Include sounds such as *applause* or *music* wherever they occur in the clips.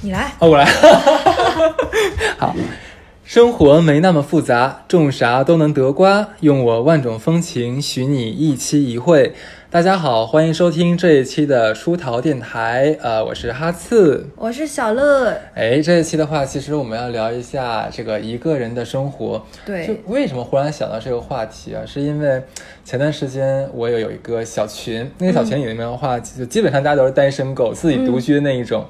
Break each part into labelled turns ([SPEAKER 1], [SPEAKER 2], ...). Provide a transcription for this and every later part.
[SPEAKER 1] 你来，
[SPEAKER 2] 哦，我来。 *laughs* 好，生活没那么复杂，种啥都能得瓜。用我万种风情，许你一期一会。大家好，欢迎收听这一期的出逃电台。呃，我是哈刺。
[SPEAKER 1] 我是小乐。
[SPEAKER 2] 哎，这一期的话，其实我们要聊一下这个一个人的生活。就
[SPEAKER 1] 对，
[SPEAKER 2] 为什么忽然想到这个话题啊？是因为前段时间我有有一个小群，那个
[SPEAKER 1] 嗯
[SPEAKER 2] 小群里面的话，就基本上大家都是单身狗，自己独居的那一种。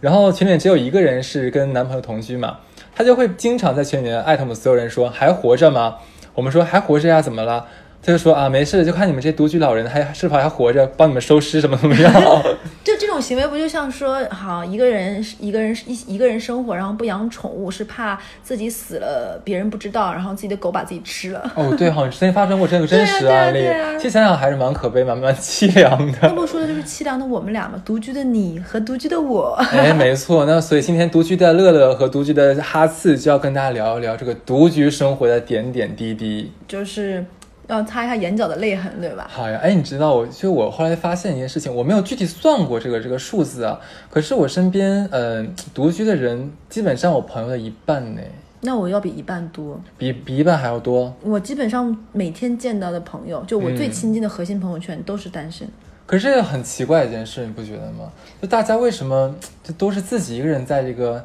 [SPEAKER 2] 然后群里面只有一个人是跟男朋友同居嘛，他就会经常在群里面艾特我们所有人说还活着吗？我们说还活着呀，怎么了？他就说啊，没事，就看你们这些独居老人还是否还活着，帮你们收尸什么怎么
[SPEAKER 1] *laughs*
[SPEAKER 2] 样？
[SPEAKER 1] 就这种行为不就像说，好一个人一个人一一个人生活，然后不养宠物是怕自己死了别人不知道，然后自己的狗把自己吃
[SPEAKER 2] *laughs*
[SPEAKER 1] 了。
[SPEAKER 2] 哦，对，好像之前发生过这个真实
[SPEAKER 1] 对啊
[SPEAKER 2] 案
[SPEAKER 1] 对
[SPEAKER 2] 例
[SPEAKER 1] 啊对啊，
[SPEAKER 2] 其实想想还是蛮可悲、蛮蛮凄凉的。
[SPEAKER 1] 那不说的就是凄凉的我们俩嘛，独居的你和独居的我。
[SPEAKER 2] 哎，没错。那所以今天独居的乐乐和独居的哈次就要跟大家聊一聊这个独居生活的点点滴滴。
[SPEAKER 1] 就是要擦一下眼角的泪痕，对吧？
[SPEAKER 2] 好呀，哎，你知道我，就我后来发现一件事情，我没有具体算过这个这个数字啊。可是我身边，嗯、独居的人基本上我朋友的一半呢，
[SPEAKER 1] 那我要比一半多。
[SPEAKER 2] 比比一半还要多。
[SPEAKER 1] 我基本上每天见到的朋友，就我最
[SPEAKER 2] 嗯
[SPEAKER 1] 亲近的核心朋友圈都是单身。
[SPEAKER 2] 可是这个很奇怪的一件事，你不觉得吗？就大家为什么就都是自己一个人在这个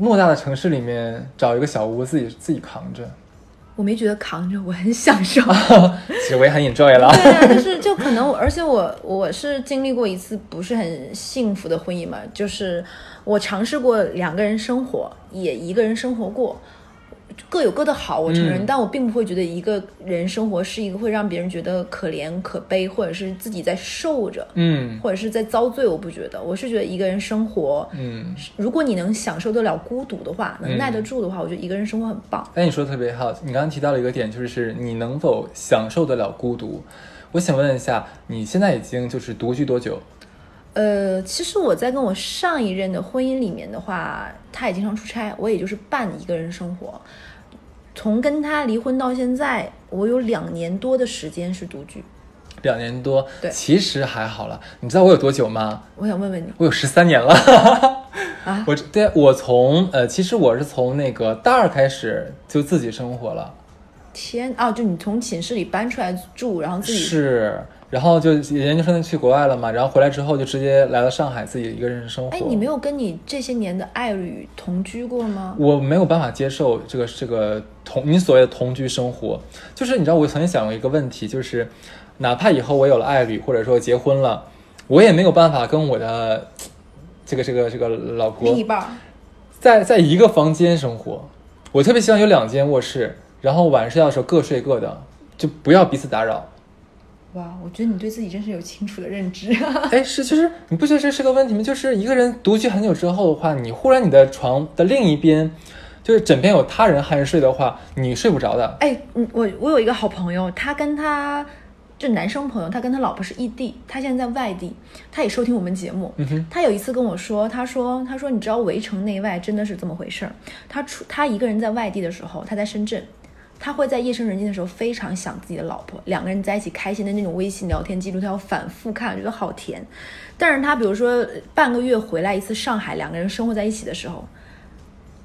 [SPEAKER 2] 偌大的城市里面找一个小屋自己自己扛着？ *laughs*
[SPEAKER 1] 我没觉得扛着，我很享受。
[SPEAKER 2] 其实我也很 enjoy 了。
[SPEAKER 1] 对啊，就是就可能我，而且我我是经历过一次不是很幸福的婚姻嘛，就是我尝试过两个人生活，也一个人生活过，各有各的好，我承认，
[SPEAKER 2] 嗯
[SPEAKER 1] 但我并不会觉得一个人生活是一个会让别人觉得可怜、可悲，或者是自己在受着，
[SPEAKER 2] 嗯
[SPEAKER 1] 或者是在遭罪。我不觉得，我是觉得一个人生活，
[SPEAKER 2] 嗯。
[SPEAKER 1] 如果你能享受得了孤独的话，能耐得住的话，我觉得一个人生活很棒。
[SPEAKER 2] 哎，你说的特别好。你刚刚提到了一个点，就是你能否享受得了孤独？我想问一下，你现在已经就是独居多久？
[SPEAKER 1] 呃，其实我在跟我上一任的婚姻里面的话，他也经常出差，我也就是半一个人生活。从跟他离婚到现在，我有两年多的时间是独居。
[SPEAKER 2] 两年多。
[SPEAKER 1] 对
[SPEAKER 2] 其实还好了。你知道我有多久吗？
[SPEAKER 1] 我想问问你
[SPEAKER 2] 我有十三年了。 *laughs*
[SPEAKER 1] 啊，
[SPEAKER 2] 我对我从呃，其实我是从那个大二开始就自己生活了，
[SPEAKER 1] 天啊，就你从寝室里搬出来住，然后自己
[SPEAKER 2] 是。然后就研究生去国外了嘛，然后回来之后就直接来到上海，自己一个人生活。
[SPEAKER 1] 哎，你没有跟你这些年的爱侣同居过吗？
[SPEAKER 2] 我没有办法接受这个这个同你所谓的同居生活，就是你知道，我曾经想过一个问题，就是哪怕以后我有了爱侣，或者说结婚了，我也没有办法跟我的这个这个这个老
[SPEAKER 1] 另
[SPEAKER 2] 婆
[SPEAKER 1] 一半儿
[SPEAKER 2] 在在一个房间生活。我特别希望有两间卧室，然后晚上睡觉的时候各睡各的，就不要彼此
[SPEAKER 1] *laughs*
[SPEAKER 2] 打扰。
[SPEAKER 1] 哇，我觉得你对自己真是有清楚的认知。啊
[SPEAKER 2] 哎，是，就是你不觉得这是个问题吗？就是一个人独居很久之后的话，你忽然你的床的另一边，就是枕边有他人酣睡的话，你睡不着的。
[SPEAKER 1] 哎，嗯我我有一个好朋友，他跟他就男生朋友，他跟他老婆是异地，他现在在外地，他也收听我们节目。
[SPEAKER 2] 嗯哼，
[SPEAKER 1] 他有一次跟我说，他说他说你知道围城内外真的是这么回事儿。他出他一个人在外地的时候，他在深圳。他会在夜深人静的时候非常想自己的老婆，两个人在一起开心的那种微信聊天记录，他要反复看，觉得好甜。但是他比如说呃半个月回来一次上海，两个人生活在一起的时候，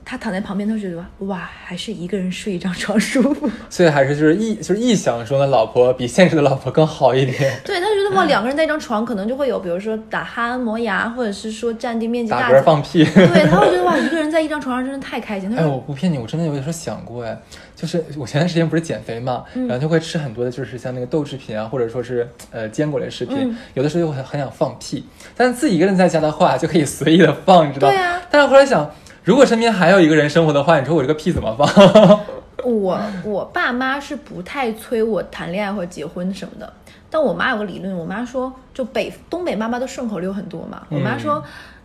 [SPEAKER 1] 他躺在旁边，他觉得哇，还是一个人睡一张床舒服。，
[SPEAKER 2] 所以还是就是臆就是臆想中的老婆比现实的老婆更好一点
[SPEAKER 1] 对，他就觉得哇，两个人在一张床，可能就会有，比如说打鼾、磨牙，或者是说占地面积
[SPEAKER 2] 打
[SPEAKER 1] 大。嗯
[SPEAKER 2] 嗝放屁。
[SPEAKER 1] 对，他会觉得哇，一个人在一张床上真的太开心。他
[SPEAKER 2] 哎，
[SPEAKER 1] 说，
[SPEAKER 2] 我不骗你，我真的有的时候想过，哎，就是我前段时间不是减肥嘛，
[SPEAKER 1] 嗯
[SPEAKER 2] 然后就会吃很多的，就是像那个豆制品啊，或者说是呃坚果类食品，
[SPEAKER 1] 嗯
[SPEAKER 2] 有的时候就会很想放屁，但是自己一个人在家的话就可以随意的放，你知道？
[SPEAKER 1] 对啊
[SPEAKER 2] 但是后来想，如果身边还有一个人生活的话，你说我这个屁怎么放？ *laughs*
[SPEAKER 1] 我我爸妈是不太催我谈恋爱或者结婚什么的，但我妈有个理论，我妈说，就北东北妈妈的顺口溜很多嘛，我
[SPEAKER 2] 嗯
[SPEAKER 1] 妈说。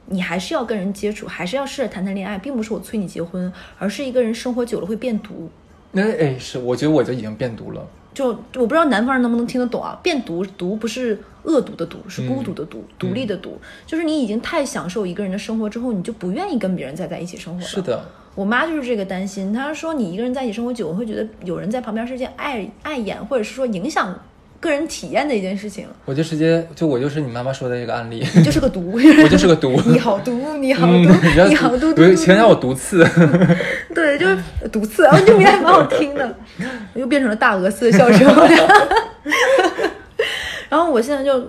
[SPEAKER 1] 你还是要跟人接触，还是要试着谈谈恋爱，并不是我催你结婚，而是一个人生活久了会变毒。
[SPEAKER 2] 那哎是，我觉得我就已经变毒了。
[SPEAKER 1] 就我不知道南方人能不能听得懂啊，变独独不是恶毒的毒，是
[SPEAKER 2] 嗯
[SPEAKER 1] 孤独的独，独立的独，就是你已经太享受一个人的生活之后，你就不愿意跟别人再在一起生活了。
[SPEAKER 2] 是，的，
[SPEAKER 1] 我妈就是这个担心，她说你一个人在一起生活久，会觉得有人在旁边是件碍碍眼，或者是说影响个人体验的一件事情，
[SPEAKER 2] 我就直接就我就是你妈妈说的这个案例， *laughs*
[SPEAKER 1] 你就是个毒，，
[SPEAKER 2] 我就是个毒
[SPEAKER 1] *laughs* 你好毒，你 *laughs* 好
[SPEAKER 2] 嗯， *laughs* 你
[SPEAKER 1] 毒，
[SPEAKER 2] 要
[SPEAKER 1] 你好毒，
[SPEAKER 2] 不
[SPEAKER 1] 毒
[SPEAKER 2] 是请让我毒刺， *laughs*
[SPEAKER 1] 对，就是毒刺，然后这名还蛮好听的，我又变成了大鹅似的笑声。 *laughs* 然后我现在就，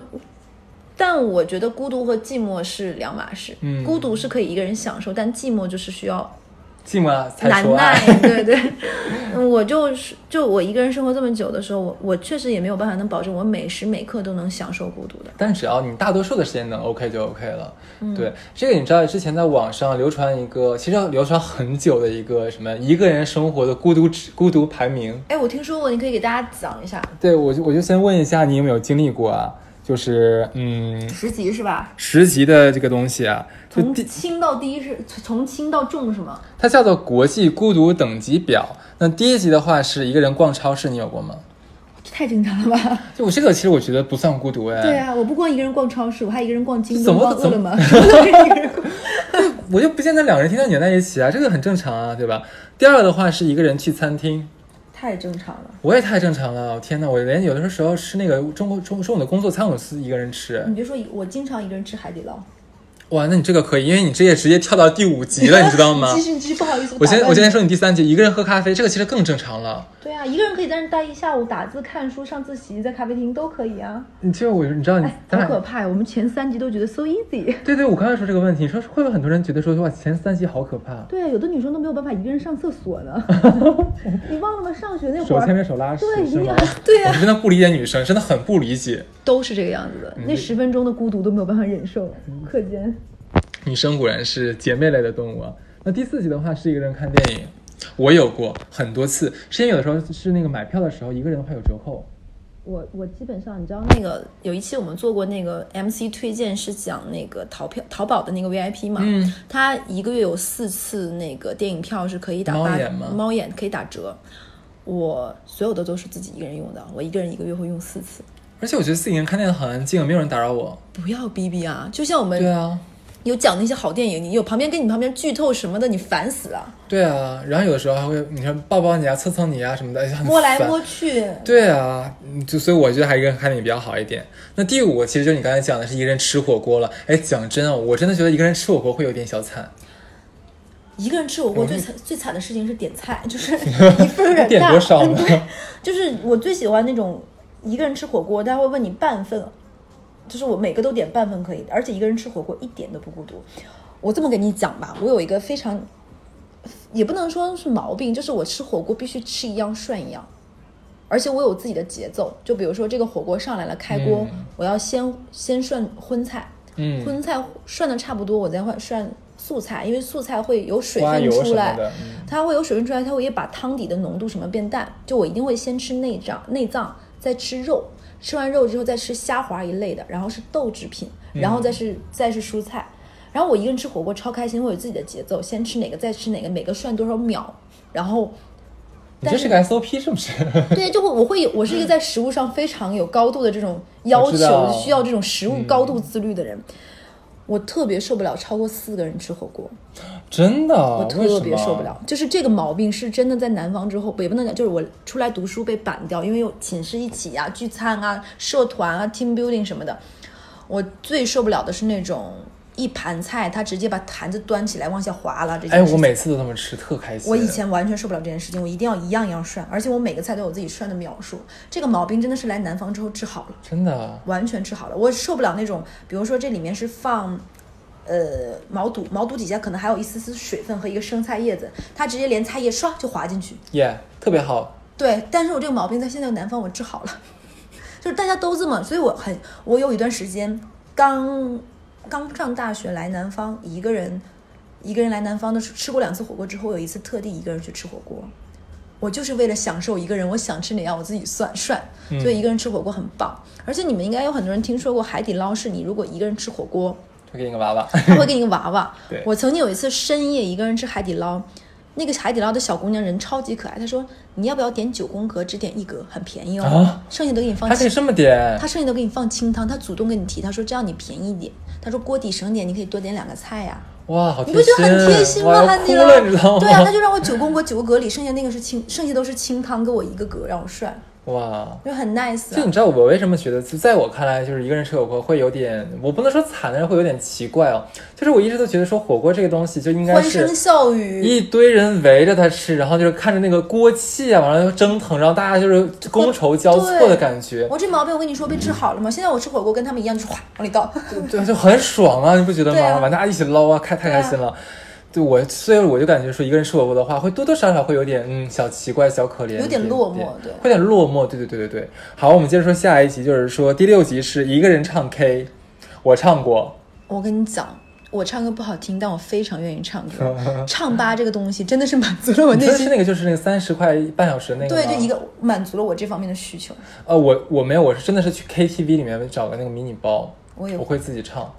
[SPEAKER 1] 但我觉得孤独和寂寞是两码事。
[SPEAKER 2] 嗯
[SPEAKER 1] 孤独是可以一个人享受，但寂寞就是需要
[SPEAKER 2] 寂寞才
[SPEAKER 1] 难
[SPEAKER 2] 说啊
[SPEAKER 1] 耐 *laughs*
[SPEAKER 2] 爱。。
[SPEAKER 1] 对对，嗯我就是就我一个人生活这么久的时候，我我确实也没有办法能保证我每时每刻都能享受孤独的。
[SPEAKER 2] *laughs* 但只要你大多数的时间能 OK 就 OK 了。
[SPEAKER 1] 嗯
[SPEAKER 2] 对，这个你知道，之前在网上流传一个，其实流传很久的一个什么一个人生活的孤独指孤独排名。
[SPEAKER 1] 哎，我听说过，你可以给大家讲一下，
[SPEAKER 2] 对我就我就先问一下，你有没有经历过啊？就是嗯，
[SPEAKER 1] 十级是吧？
[SPEAKER 2] 十级的这个东西啊，就
[SPEAKER 1] 从
[SPEAKER 2] 第
[SPEAKER 1] 轻到低是从轻到重是吗？
[SPEAKER 2] 它叫做国际孤独等级表。那第一级的话是一个人逛超市，你有过吗？
[SPEAKER 1] 这太正常了吧？
[SPEAKER 2] 就我这个其实我觉得不算孤独哎。
[SPEAKER 1] 对啊，我不光一个人逛超市，我还一个人逛京
[SPEAKER 2] 怎
[SPEAKER 1] 东、
[SPEAKER 2] 么
[SPEAKER 1] 逛饿
[SPEAKER 2] 怎
[SPEAKER 1] 了
[SPEAKER 2] 么 *laughs*
[SPEAKER 1] 么，什么都一个人逛。
[SPEAKER 2] 我就不见得两个人天天黏在一起啊，这个很正常啊，对吧？第二个的话是一个人去餐厅，
[SPEAKER 1] *laughs* 太正常了。
[SPEAKER 2] 我也太正常了，天哪！我连有的时候吃那个中国中中午的工作餐，我是一个人吃。
[SPEAKER 1] 你别说，我经常一个人吃海底捞，
[SPEAKER 2] 哇，那你这个可以，因为你这也直接跳到第五级 *laughs* 了，你知道
[SPEAKER 1] *laughs*
[SPEAKER 2] 吗
[SPEAKER 1] 继？续，你继续，不好意思，
[SPEAKER 2] 我先
[SPEAKER 1] 打断
[SPEAKER 2] 我先
[SPEAKER 1] 你
[SPEAKER 2] 说你第三级，一个人喝咖啡，这个其实更正常了。
[SPEAKER 1] 对啊，一个人可以在那待一下午，打字、看书、上自习，在咖啡厅都可以啊。
[SPEAKER 2] 你就我你知道你
[SPEAKER 1] 哎，
[SPEAKER 2] 咱
[SPEAKER 1] 好可
[SPEAKER 2] 俩
[SPEAKER 1] 怕呀！我们前三集都觉得 so easy。
[SPEAKER 2] 对对，我刚才说这个问题，你说会不会很多人觉得说哇前三级好可怕，
[SPEAKER 1] 对啊，有的女生都没有办法一个人上厕所
[SPEAKER 2] *laughs*
[SPEAKER 1] 呢。你忘了吗？上学那会
[SPEAKER 2] 手牵
[SPEAKER 1] 儿
[SPEAKER 2] 着手拉屎
[SPEAKER 1] 对
[SPEAKER 2] 是吗
[SPEAKER 1] 你俩？对
[SPEAKER 2] *laughs*
[SPEAKER 1] 啊
[SPEAKER 2] 我真的不理解女生，真的很不理解。
[SPEAKER 1] 都是这个样子的，那
[SPEAKER 2] 对
[SPEAKER 1] 十分钟的孤独都没有办法忍受，
[SPEAKER 2] 嗯
[SPEAKER 1] 课间。
[SPEAKER 2] 女生果然是姐妹类的动物啊。那第四集的话是一个人看电影，我有过很多次，之前有的时候是那个买票的时候，一个人的话有折扣。
[SPEAKER 1] 我我基本上，你知道那个有一期我们做过那个 MC 推荐，是讲那个淘票淘宝的那个 VIP 嘛，
[SPEAKER 2] 嗯，
[SPEAKER 1] 他一个月有四次那个电影票是可以打
[SPEAKER 2] 猫
[SPEAKER 1] 八
[SPEAKER 2] 眼吗
[SPEAKER 1] 猫眼可以打折。我所有的都是自己一个人用的，我一个人一个月会用四次。
[SPEAKER 2] 而且我觉得自己一个人看电影很安静，没有人打扰我。
[SPEAKER 1] 不要逼逼啊！就像我
[SPEAKER 2] 对
[SPEAKER 1] 们
[SPEAKER 2] 啊，
[SPEAKER 1] 有讲那些好电影，你有旁边跟你旁边剧透什么的，你烦死了，
[SPEAKER 2] 对啊。然后有的时候还会，你说抱抱你啊，蹭蹭你啊什么的，哎，就很
[SPEAKER 1] 摸来
[SPEAKER 2] 烦
[SPEAKER 1] 摸。去。
[SPEAKER 2] 对啊，嗯就所以我觉得还是一个人看电影比较好一点。那第五个其实就是你刚才讲的是一个人吃火锅了。哎，讲真啊，我真的觉得一个人吃火锅会有点小惨。
[SPEAKER 1] 一个人吃火锅
[SPEAKER 2] 我
[SPEAKER 1] 最
[SPEAKER 2] 们
[SPEAKER 1] 惨最惨的事情是点
[SPEAKER 2] *laughs*
[SPEAKER 1] 菜，就是一份儿人
[SPEAKER 2] 点
[SPEAKER 1] 大
[SPEAKER 2] 多少呢
[SPEAKER 1] 对就是我最喜欢那种一个人吃火锅，他会问你半份，就是我每个都点半份可以，而且一个人吃火锅一点都不孤独。我这么跟你讲吧，我有一个非常，也不能说是毛病，就是我吃火锅必须吃一样涮一样。而且我有自己的节奏，就比如说这个火锅上来了，开锅，
[SPEAKER 2] 嗯
[SPEAKER 1] 我要先先涮荤菜，
[SPEAKER 2] 嗯
[SPEAKER 1] 荤菜涮的差不多，我再换涮素菜，因为素菜会有水
[SPEAKER 2] 花
[SPEAKER 1] 分
[SPEAKER 2] 油
[SPEAKER 1] 出
[SPEAKER 2] 什
[SPEAKER 1] 来
[SPEAKER 2] 么的，嗯
[SPEAKER 1] 它会有水分出来，它会也把汤底的浓度什么变淡。就我一定会先吃内脏，内脏再吃肉，吃完肉之后再吃虾滑一类的，然后是豆制品，然
[SPEAKER 2] 嗯
[SPEAKER 1] 后再是、再是蔬菜。然后我一个人吃火锅超开心，我有自己的节奏，先吃哪个再吃哪个，每个涮多少秒，然
[SPEAKER 2] *laughs*
[SPEAKER 1] 后
[SPEAKER 2] 你这是个 SOP 是不 *laughs* 是？
[SPEAKER 1] 对，就会我会有，我是一个在食物上非常有高度的这种要
[SPEAKER 2] 我知
[SPEAKER 1] 求
[SPEAKER 2] 道，嗯
[SPEAKER 1] 需要这种食物高度自律的人。我特别受不了超过四个人吃火锅，
[SPEAKER 2] 真的，啊
[SPEAKER 1] 我
[SPEAKER 2] 我
[SPEAKER 1] 特别受不了。就是这个毛病是真的，在南方之后，也不能讲，就是我出来读书被板掉，因为有寝室一起啊、聚餐啊、社团啊、team building 什么的。我最受不了的是那种一盘菜，他直接把盘子端起来往下滑了。这件
[SPEAKER 2] 哎，
[SPEAKER 1] 事
[SPEAKER 2] 我
[SPEAKER 1] 情
[SPEAKER 2] 每次都这么吃，特开心。
[SPEAKER 1] 我以前完全受不了这件事情，我一定要一样一样涮，而且我每个菜都有自己涮的描述。这个毛病真的是来南方之后治好了，
[SPEAKER 2] 真的，
[SPEAKER 1] 完全治好了。我受不了那种，比如说这里面是放。呃，毛肚，毛肚底下可能还有一丝丝水分和一个生菜叶子，它直接连菜叶唰就滑进去。
[SPEAKER 2] 耶、特别好。
[SPEAKER 1] 对，但是我这个毛病在现在南方我治好了，就是大家都这么，所以我很，我有一段时间刚刚上大学来南方，一个人一个人来南方的时候吃过两次火锅之后，我有一次特地一个人去吃火锅，我就是为了享受一个人，我想吃哪样我自己涮涮，所以一个人吃火锅很棒。而且你们应该有很多人听说过海底捞，是你如果一个人吃火锅，
[SPEAKER 2] 就给你个娃娃，
[SPEAKER 1] 他会给你个娃娃
[SPEAKER 2] *laughs* 对。
[SPEAKER 1] 我曾经有一次深夜一个人吃海底捞，那个海底捞的小姑娘人超级可爱，她说你要不要点九宫格，只点一格，很便宜哦，
[SPEAKER 2] 啊
[SPEAKER 1] 剩下都给你放
[SPEAKER 2] 还可以
[SPEAKER 1] 清。
[SPEAKER 2] 这么点
[SPEAKER 1] 她。剩下都给你放清汤，她主动跟你提，她说这样你便宜一点，她说锅底省点，你可以多点两个菜呀、
[SPEAKER 2] 哇，好
[SPEAKER 1] 你
[SPEAKER 2] 贴
[SPEAKER 1] 不
[SPEAKER 2] 心！
[SPEAKER 1] 觉得很贴心
[SPEAKER 2] 哇
[SPEAKER 1] 吗？
[SPEAKER 2] 我
[SPEAKER 1] 海底
[SPEAKER 2] 哭
[SPEAKER 1] 捞啊
[SPEAKER 2] 了，你知道吗？
[SPEAKER 1] 对啊，她就让我九宫格九个格里，剩下那个是清，剩下都是清汤，给我一个格让我涮。
[SPEAKER 2] 哇，
[SPEAKER 1] 就很 nice 啊、
[SPEAKER 2] 就你知道我为什么觉得，就在我看来，就是一个人吃火锅会有点，我不能说惨，但是会有点奇怪哦。就是我一直都觉得说火锅这个东西就应该
[SPEAKER 1] 欢
[SPEAKER 2] 是
[SPEAKER 1] 声笑语，
[SPEAKER 2] 一堆人围着他吃，然后就是看着那个锅气啊，完了又蒸腾，然后大家就是觥筹交错的感觉，
[SPEAKER 1] 我这毛病我跟你说被治好了吗？现在我吃火锅跟他们一样，就哗往里倒。
[SPEAKER 2] *laughs* 对，就很爽啊，你不觉得吗？
[SPEAKER 1] 对啊
[SPEAKER 2] 完、大家一起捞啊，开太开心了。对我，所以我就感觉说，一个人吃火锅的话，会多多少少会有点嗯小奇怪、小可怜，
[SPEAKER 1] 有点落寞对
[SPEAKER 2] 会有点落寞。对对对对对。好，我们接着说下一集，就是说第六集是一个人唱 K，我唱过，
[SPEAKER 1] 我跟你讲，我唱歌不好听，但我非常愿意唱
[SPEAKER 2] *laughs*
[SPEAKER 1] 歌。唱吧这个东西真的是满足了我
[SPEAKER 2] 你
[SPEAKER 1] 内
[SPEAKER 2] 说的是
[SPEAKER 1] 心，
[SPEAKER 2] 那个就是那个三十块半小时那个
[SPEAKER 1] 对，
[SPEAKER 2] 吗
[SPEAKER 1] 就一个满足了我这方面的需求。
[SPEAKER 2] 呃，我我没有，我是真的是去 KTV 里面找个那个迷你包，
[SPEAKER 1] 我有
[SPEAKER 2] 我会自己唱。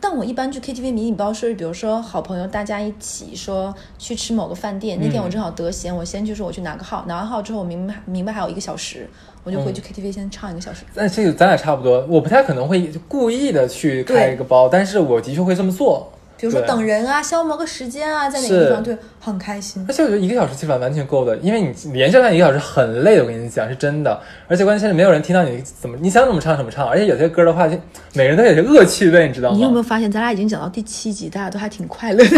[SPEAKER 1] 但我一般去 KTV 迷你包是，比如说好朋友大家一起说去吃某个饭店，
[SPEAKER 2] 嗯
[SPEAKER 1] 那天我正好得闲，我先去说我去拿个号，拿完号之后我明白明白还有一个小时，我就回
[SPEAKER 2] 嗯
[SPEAKER 1] 去 KTV 先唱一个小时。
[SPEAKER 2] 但这个咱俩差不多，我不太可能会故意的去开
[SPEAKER 1] 对
[SPEAKER 2] 一个包，但是我的确会这么做。
[SPEAKER 1] 比如说
[SPEAKER 2] 对
[SPEAKER 1] 等人啊，消磨个时间啊，在哪个地方，
[SPEAKER 2] 是
[SPEAKER 1] 对，很开心
[SPEAKER 2] 而。且我觉得一个小时基本完全够的，因为你连续唱一个小时很累，我跟你讲是真的。而且关键是没有人听到你怎么，你想怎么唱怎么唱。而且有些歌的话，就每个人都有些恶趣味，你知道
[SPEAKER 1] 你有没
[SPEAKER 2] 吗？
[SPEAKER 1] 有发现，咱俩已经讲到第七集，大家都还挺快乐
[SPEAKER 2] *laughs*
[SPEAKER 1] 的，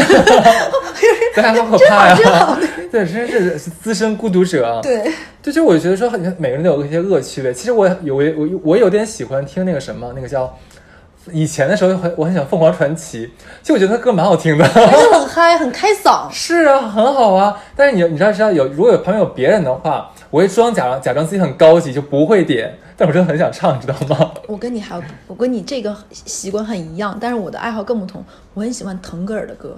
[SPEAKER 2] 大家好可怕
[SPEAKER 1] *laughs*
[SPEAKER 2] 呀、
[SPEAKER 1] 真好
[SPEAKER 2] *laughs* 对，真是是资深孤独者啊。
[SPEAKER 1] *laughs* 对，
[SPEAKER 2] 对，就是我觉得说，好像每个人都有一些恶趣味。其实我有我我我有点喜欢听那个什么，那个叫以前的时候很我很喜欢凤凰传奇，就我觉得他歌蛮好听的。
[SPEAKER 1] 而且很嗨，很开嗓。
[SPEAKER 2] 是啊，很好啊。但是你你知道知道有如果有旁边有别人的话，我会装假装假装自己很高级，就不会点。但我真的很想唱，你知道吗？
[SPEAKER 1] 我跟你还有，我跟你这个习惯很一样，但是我的爱好更不同。我很喜欢腾格尔的
[SPEAKER 2] *laughs*
[SPEAKER 1] 歌，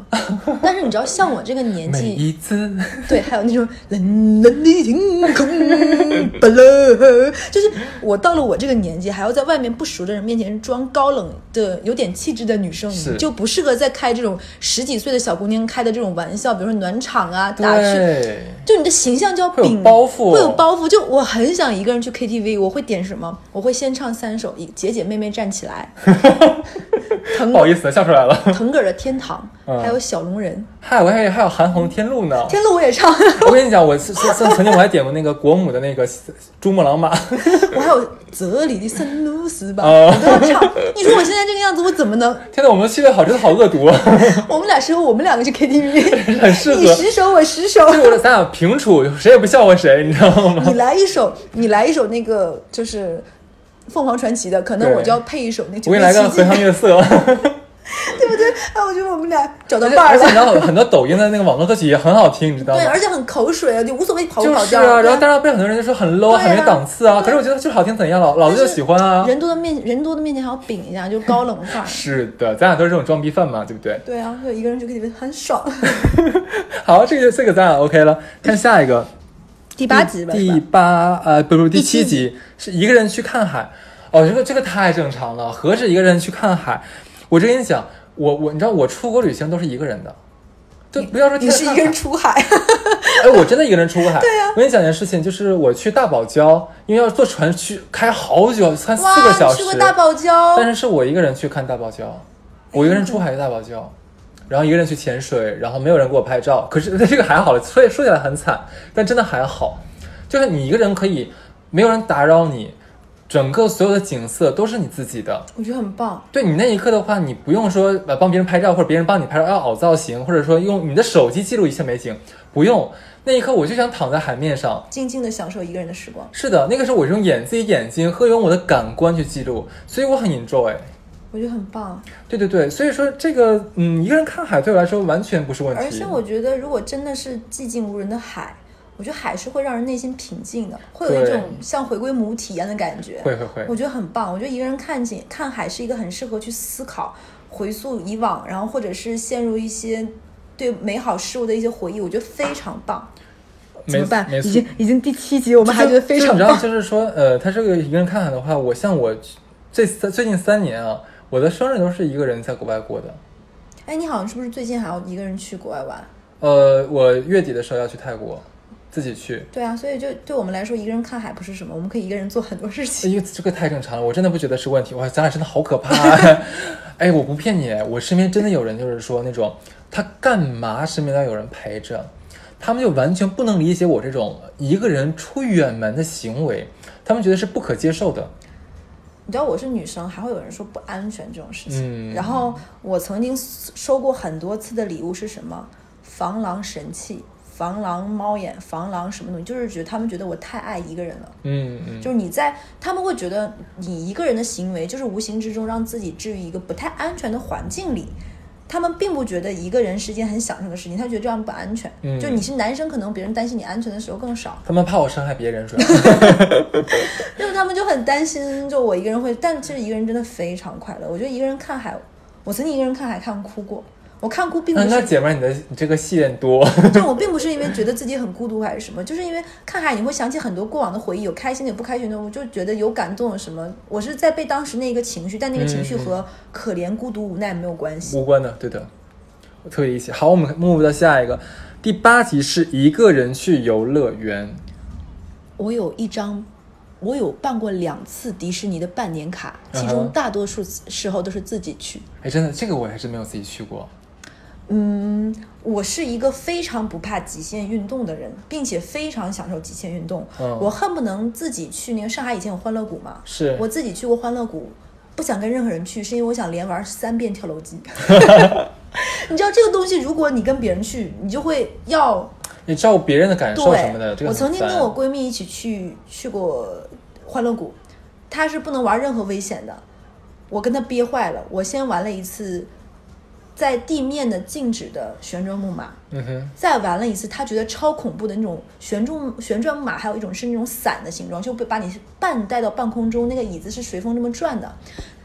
[SPEAKER 1] 但是你知道，像我这个年
[SPEAKER 2] *laughs* 每
[SPEAKER 1] 纪，
[SPEAKER 2] 一次
[SPEAKER 1] 对，还有那种蓝蓝的天空，巴拉， *laughs* 就是我到了我这个年纪，还要在外面不熟的人面前装高冷的、有点气质的女生，
[SPEAKER 2] 是
[SPEAKER 1] 你就不适合再开这种十几岁的小姑娘开的这种玩笑，比如说暖场啊、打趣
[SPEAKER 2] 对，
[SPEAKER 1] 就你的形象就要
[SPEAKER 2] 会有
[SPEAKER 1] 饼
[SPEAKER 2] 包袱
[SPEAKER 1] 会有包袱。就我很想一个人去 KTV，我会点什么？我会先唱三首《姐姐妹妹站起来》腾
[SPEAKER 2] 不好意思笑出来
[SPEAKER 1] *laughs*
[SPEAKER 2] *laughs* 了。
[SPEAKER 1] 腾格尔的《天堂》
[SPEAKER 2] 嗯
[SPEAKER 1] 还有《小龙人 *laughs*
[SPEAKER 2] 嗨，我还有还有韩红《天路》呢》，。
[SPEAKER 1] 天路我也
[SPEAKER 2] *laughs*
[SPEAKER 1] 唱，
[SPEAKER 2] 我跟你讲，我是是是曾经我还点过那个国母的那个《珠穆朗玛》。 *laughs*
[SPEAKER 1] 我还有泽里的圣露丝吧，
[SPEAKER 2] 哦
[SPEAKER 1] 我都要唱。你说我现在这个样子，我怎么
[SPEAKER 2] *laughs*
[SPEAKER 1] 能？
[SPEAKER 2] 天呐，我们趣味好真的好恶毒啊！
[SPEAKER 1] *laughs* 我们俩适合我们两个去
[SPEAKER 2] *laughs*
[SPEAKER 1] KTV，
[SPEAKER 2] 很适合
[SPEAKER 1] 你十首我十首， *laughs*
[SPEAKER 2] 就是我咱俩平处，谁也不笑话谁，你知道吗？
[SPEAKER 1] 你来一首，你来一首那个就是。凤凰传奇的，可能
[SPEAKER 2] 对
[SPEAKER 1] 我就要配一首那
[SPEAKER 2] 我
[SPEAKER 1] 九
[SPEAKER 2] 给
[SPEAKER 1] 面
[SPEAKER 2] 你来
[SPEAKER 1] 奇
[SPEAKER 2] 个荷
[SPEAKER 1] 迹， *laughs*
[SPEAKER 2] 塘月色，
[SPEAKER 1] 对不对？哎，我觉得我们俩找到伴儿
[SPEAKER 2] 而
[SPEAKER 1] 了
[SPEAKER 2] 且。你知道很多抖音的那个网络歌曲也很好听，你知道
[SPEAKER 1] 对，
[SPEAKER 2] 吗？
[SPEAKER 1] 而且很口水啊，就无所谓跑不
[SPEAKER 2] 就
[SPEAKER 1] 跑
[SPEAKER 2] 是
[SPEAKER 1] 调。
[SPEAKER 2] 啊，
[SPEAKER 1] 对
[SPEAKER 2] 然后当然被很多人就说很 low，、
[SPEAKER 1] 对啊
[SPEAKER 2] 很没档次啊。可是我觉得就是好听怎样，老老子就喜欢啊。
[SPEAKER 1] 人多的面人多的面前还要饼一下，就高冷范
[SPEAKER 2] *laughs*
[SPEAKER 1] 儿。
[SPEAKER 2] 是的，咱俩都是这种装逼犯嘛，对不对？ *laughs*
[SPEAKER 1] 对啊，就一个人去 KTV 很爽。
[SPEAKER 2] 好，这个这个咱俩 OK 了。看下一个，
[SPEAKER 1] 第八集吧，
[SPEAKER 2] *laughs* 第
[SPEAKER 1] 是吧
[SPEAKER 2] 八呃不不第七
[SPEAKER 1] 七
[SPEAKER 2] 集是一个人去看海，哦这个这个太正常了，何止一个人去看海？我这跟你讲，我我你知道我出国旅行都是一个人的，就不要说
[SPEAKER 1] 你是
[SPEAKER 2] 天
[SPEAKER 1] 一
[SPEAKER 2] 天
[SPEAKER 1] 个人
[SPEAKER 2] 看海
[SPEAKER 1] 出
[SPEAKER 2] *laughs*
[SPEAKER 1] 啊海，
[SPEAKER 2] 哎，我真的一个人出
[SPEAKER 1] *laughs*
[SPEAKER 2] 过海。对呀、我跟你讲件事情，就是我去大堡礁，因为要坐船去，开好久，三四个小
[SPEAKER 1] 哇，你
[SPEAKER 2] 时。
[SPEAKER 1] 去过大堡
[SPEAKER 2] 但
[SPEAKER 1] 礁，
[SPEAKER 2] 是是我一个人去看大堡礁，我一个人出海去大堡礁，然后一个人去潜水，然后没有人给我拍照。可是 *laughs* 这个还好了，说说起来很惨，但真的还好，就是你一个人可以没有人打扰你，整个所有的景色都是你自己的。
[SPEAKER 1] 我觉得很棒。
[SPEAKER 2] 对你那一刻的话，你不用说呃帮别人拍照，或者别人帮你拍照，要凹造型，或者说用你的手机记录一切美景，不用。那一刻我就想躺在海面上。
[SPEAKER 1] 静静的享受一个人的时光，
[SPEAKER 2] 是的，那个时候我是用眼自己眼睛和用我的感官去记录，所以我很 enjoy。
[SPEAKER 1] 我觉得很棒。
[SPEAKER 2] 对对对，所以说这个嗯，一个人看海对我来说完全不是问题。
[SPEAKER 1] 而且我觉得，如果真的是寂静无人的海，我觉得海是会让人内心平静的，会有一
[SPEAKER 2] 对
[SPEAKER 1] 种像回归母体一样的感觉。
[SPEAKER 2] 会会会
[SPEAKER 1] 我觉得很棒。我觉得一个人看景看海是一个很适合去思考、回溯以往，然后或者是陷入一些对美好事物的一些回忆，我觉得非常棒。
[SPEAKER 2] 没没错
[SPEAKER 1] 已经第七集，我们
[SPEAKER 2] 就是你知道，。就是说，呃，他这个一个人看海的话，我像我这三最近三年啊，我的生日都是一个人在国外过的。
[SPEAKER 1] 哎，你好像是不是最近还要一个人去国外玩？
[SPEAKER 2] 呃，我月底的时候要去泰国，自己去。
[SPEAKER 1] 对啊，所以就对我们来说，一个人看海不是什么，我们可以一个人做很多事情。
[SPEAKER 2] 因为哎这个太正常了，我真的不觉得是问题。哇，咱俩真的好可怕、啊！哎，我不骗你，我身边真的有人就是说那种，他干嘛身边要有人陪着，他们就完全不能理解我这种一个人出远门的行为。他们觉得是不可接受的。
[SPEAKER 1] 你知道我是女生，还会有人说不安全这种事情。
[SPEAKER 2] 嗯
[SPEAKER 1] 然后我曾经收过很多次的礼物是什么？防狼神器、防狼猫眼、防狼什么东西，就是觉得他们觉得我太爱一个人了。
[SPEAKER 2] 嗯嗯，
[SPEAKER 1] 就是你在，他们会觉得你一个人的行为，就是无形之中让自己置于一个不太安全的环境里。他们并不觉得一个人是一件很享受的事情，他觉得这样不安全。
[SPEAKER 2] 嗯
[SPEAKER 1] 就你是男生，可能别人担心你安全的时候更少，
[SPEAKER 2] 他们怕我伤害别人，主要。
[SPEAKER 1] 因为他们就很担心，就我一个人会。但其实一个人真的非常快乐。我觉得一个人看海，我曾经一个人看海看哭过。我看哭并不
[SPEAKER 2] 嗯那
[SPEAKER 1] 是
[SPEAKER 2] 那姐们儿，你的你这个戏很多。
[SPEAKER 1] *laughs* 就我并不是因为觉得自己很孤独还是什么，就是因为看海你会想起很多过往的回忆，有开心的，有不开心的，我就觉得有感动有什么。我是在被当时那个情绪，但那个情绪和可怜、孤独、无奈没有关系。
[SPEAKER 2] 无关的，对的，我特别理解。好，我们 move 到下一个，第八集是一个人去游乐园，
[SPEAKER 1] 我有一张，我有办过两次迪士尼的半年卡，其
[SPEAKER 2] 嗯
[SPEAKER 1] 中
[SPEAKER 2] 哼
[SPEAKER 1] 大多数时候都是自己去。
[SPEAKER 2] 哎，真的，这个我还真没有自己去过。
[SPEAKER 1] 嗯，我是一个非常不怕极限运动的人，并且非常享受极限运动。
[SPEAKER 2] 嗯
[SPEAKER 1] 我恨不能自己去那个上海以前有欢乐谷嘛，
[SPEAKER 2] 是
[SPEAKER 1] 我自己去过欢乐谷，不想跟任何人去，是因为我想连玩三遍跳楼
[SPEAKER 2] *laughs*
[SPEAKER 1] 机。你知道这个东西，如果你跟别人去，你就会要
[SPEAKER 2] 你照顾别人的感受什么的，这
[SPEAKER 1] 对，我
[SPEAKER 2] 个很
[SPEAKER 1] 曾经跟
[SPEAKER 2] 烦
[SPEAKER 1] 我闺蜜一起去去过欢乐谷，她是不能玩任何危险的，我跟她憋坏了。我先玩了一次在地面的静止的旋转木马，
[SPEAKER 2] 嗯哼，
[SPEAKER 1] 再玩了一次，她觉得超恐怖的那种旋转旋转木马，还有一种是那种伞的形状，就被把你半带到半空中，那个椅子是随风这么转的。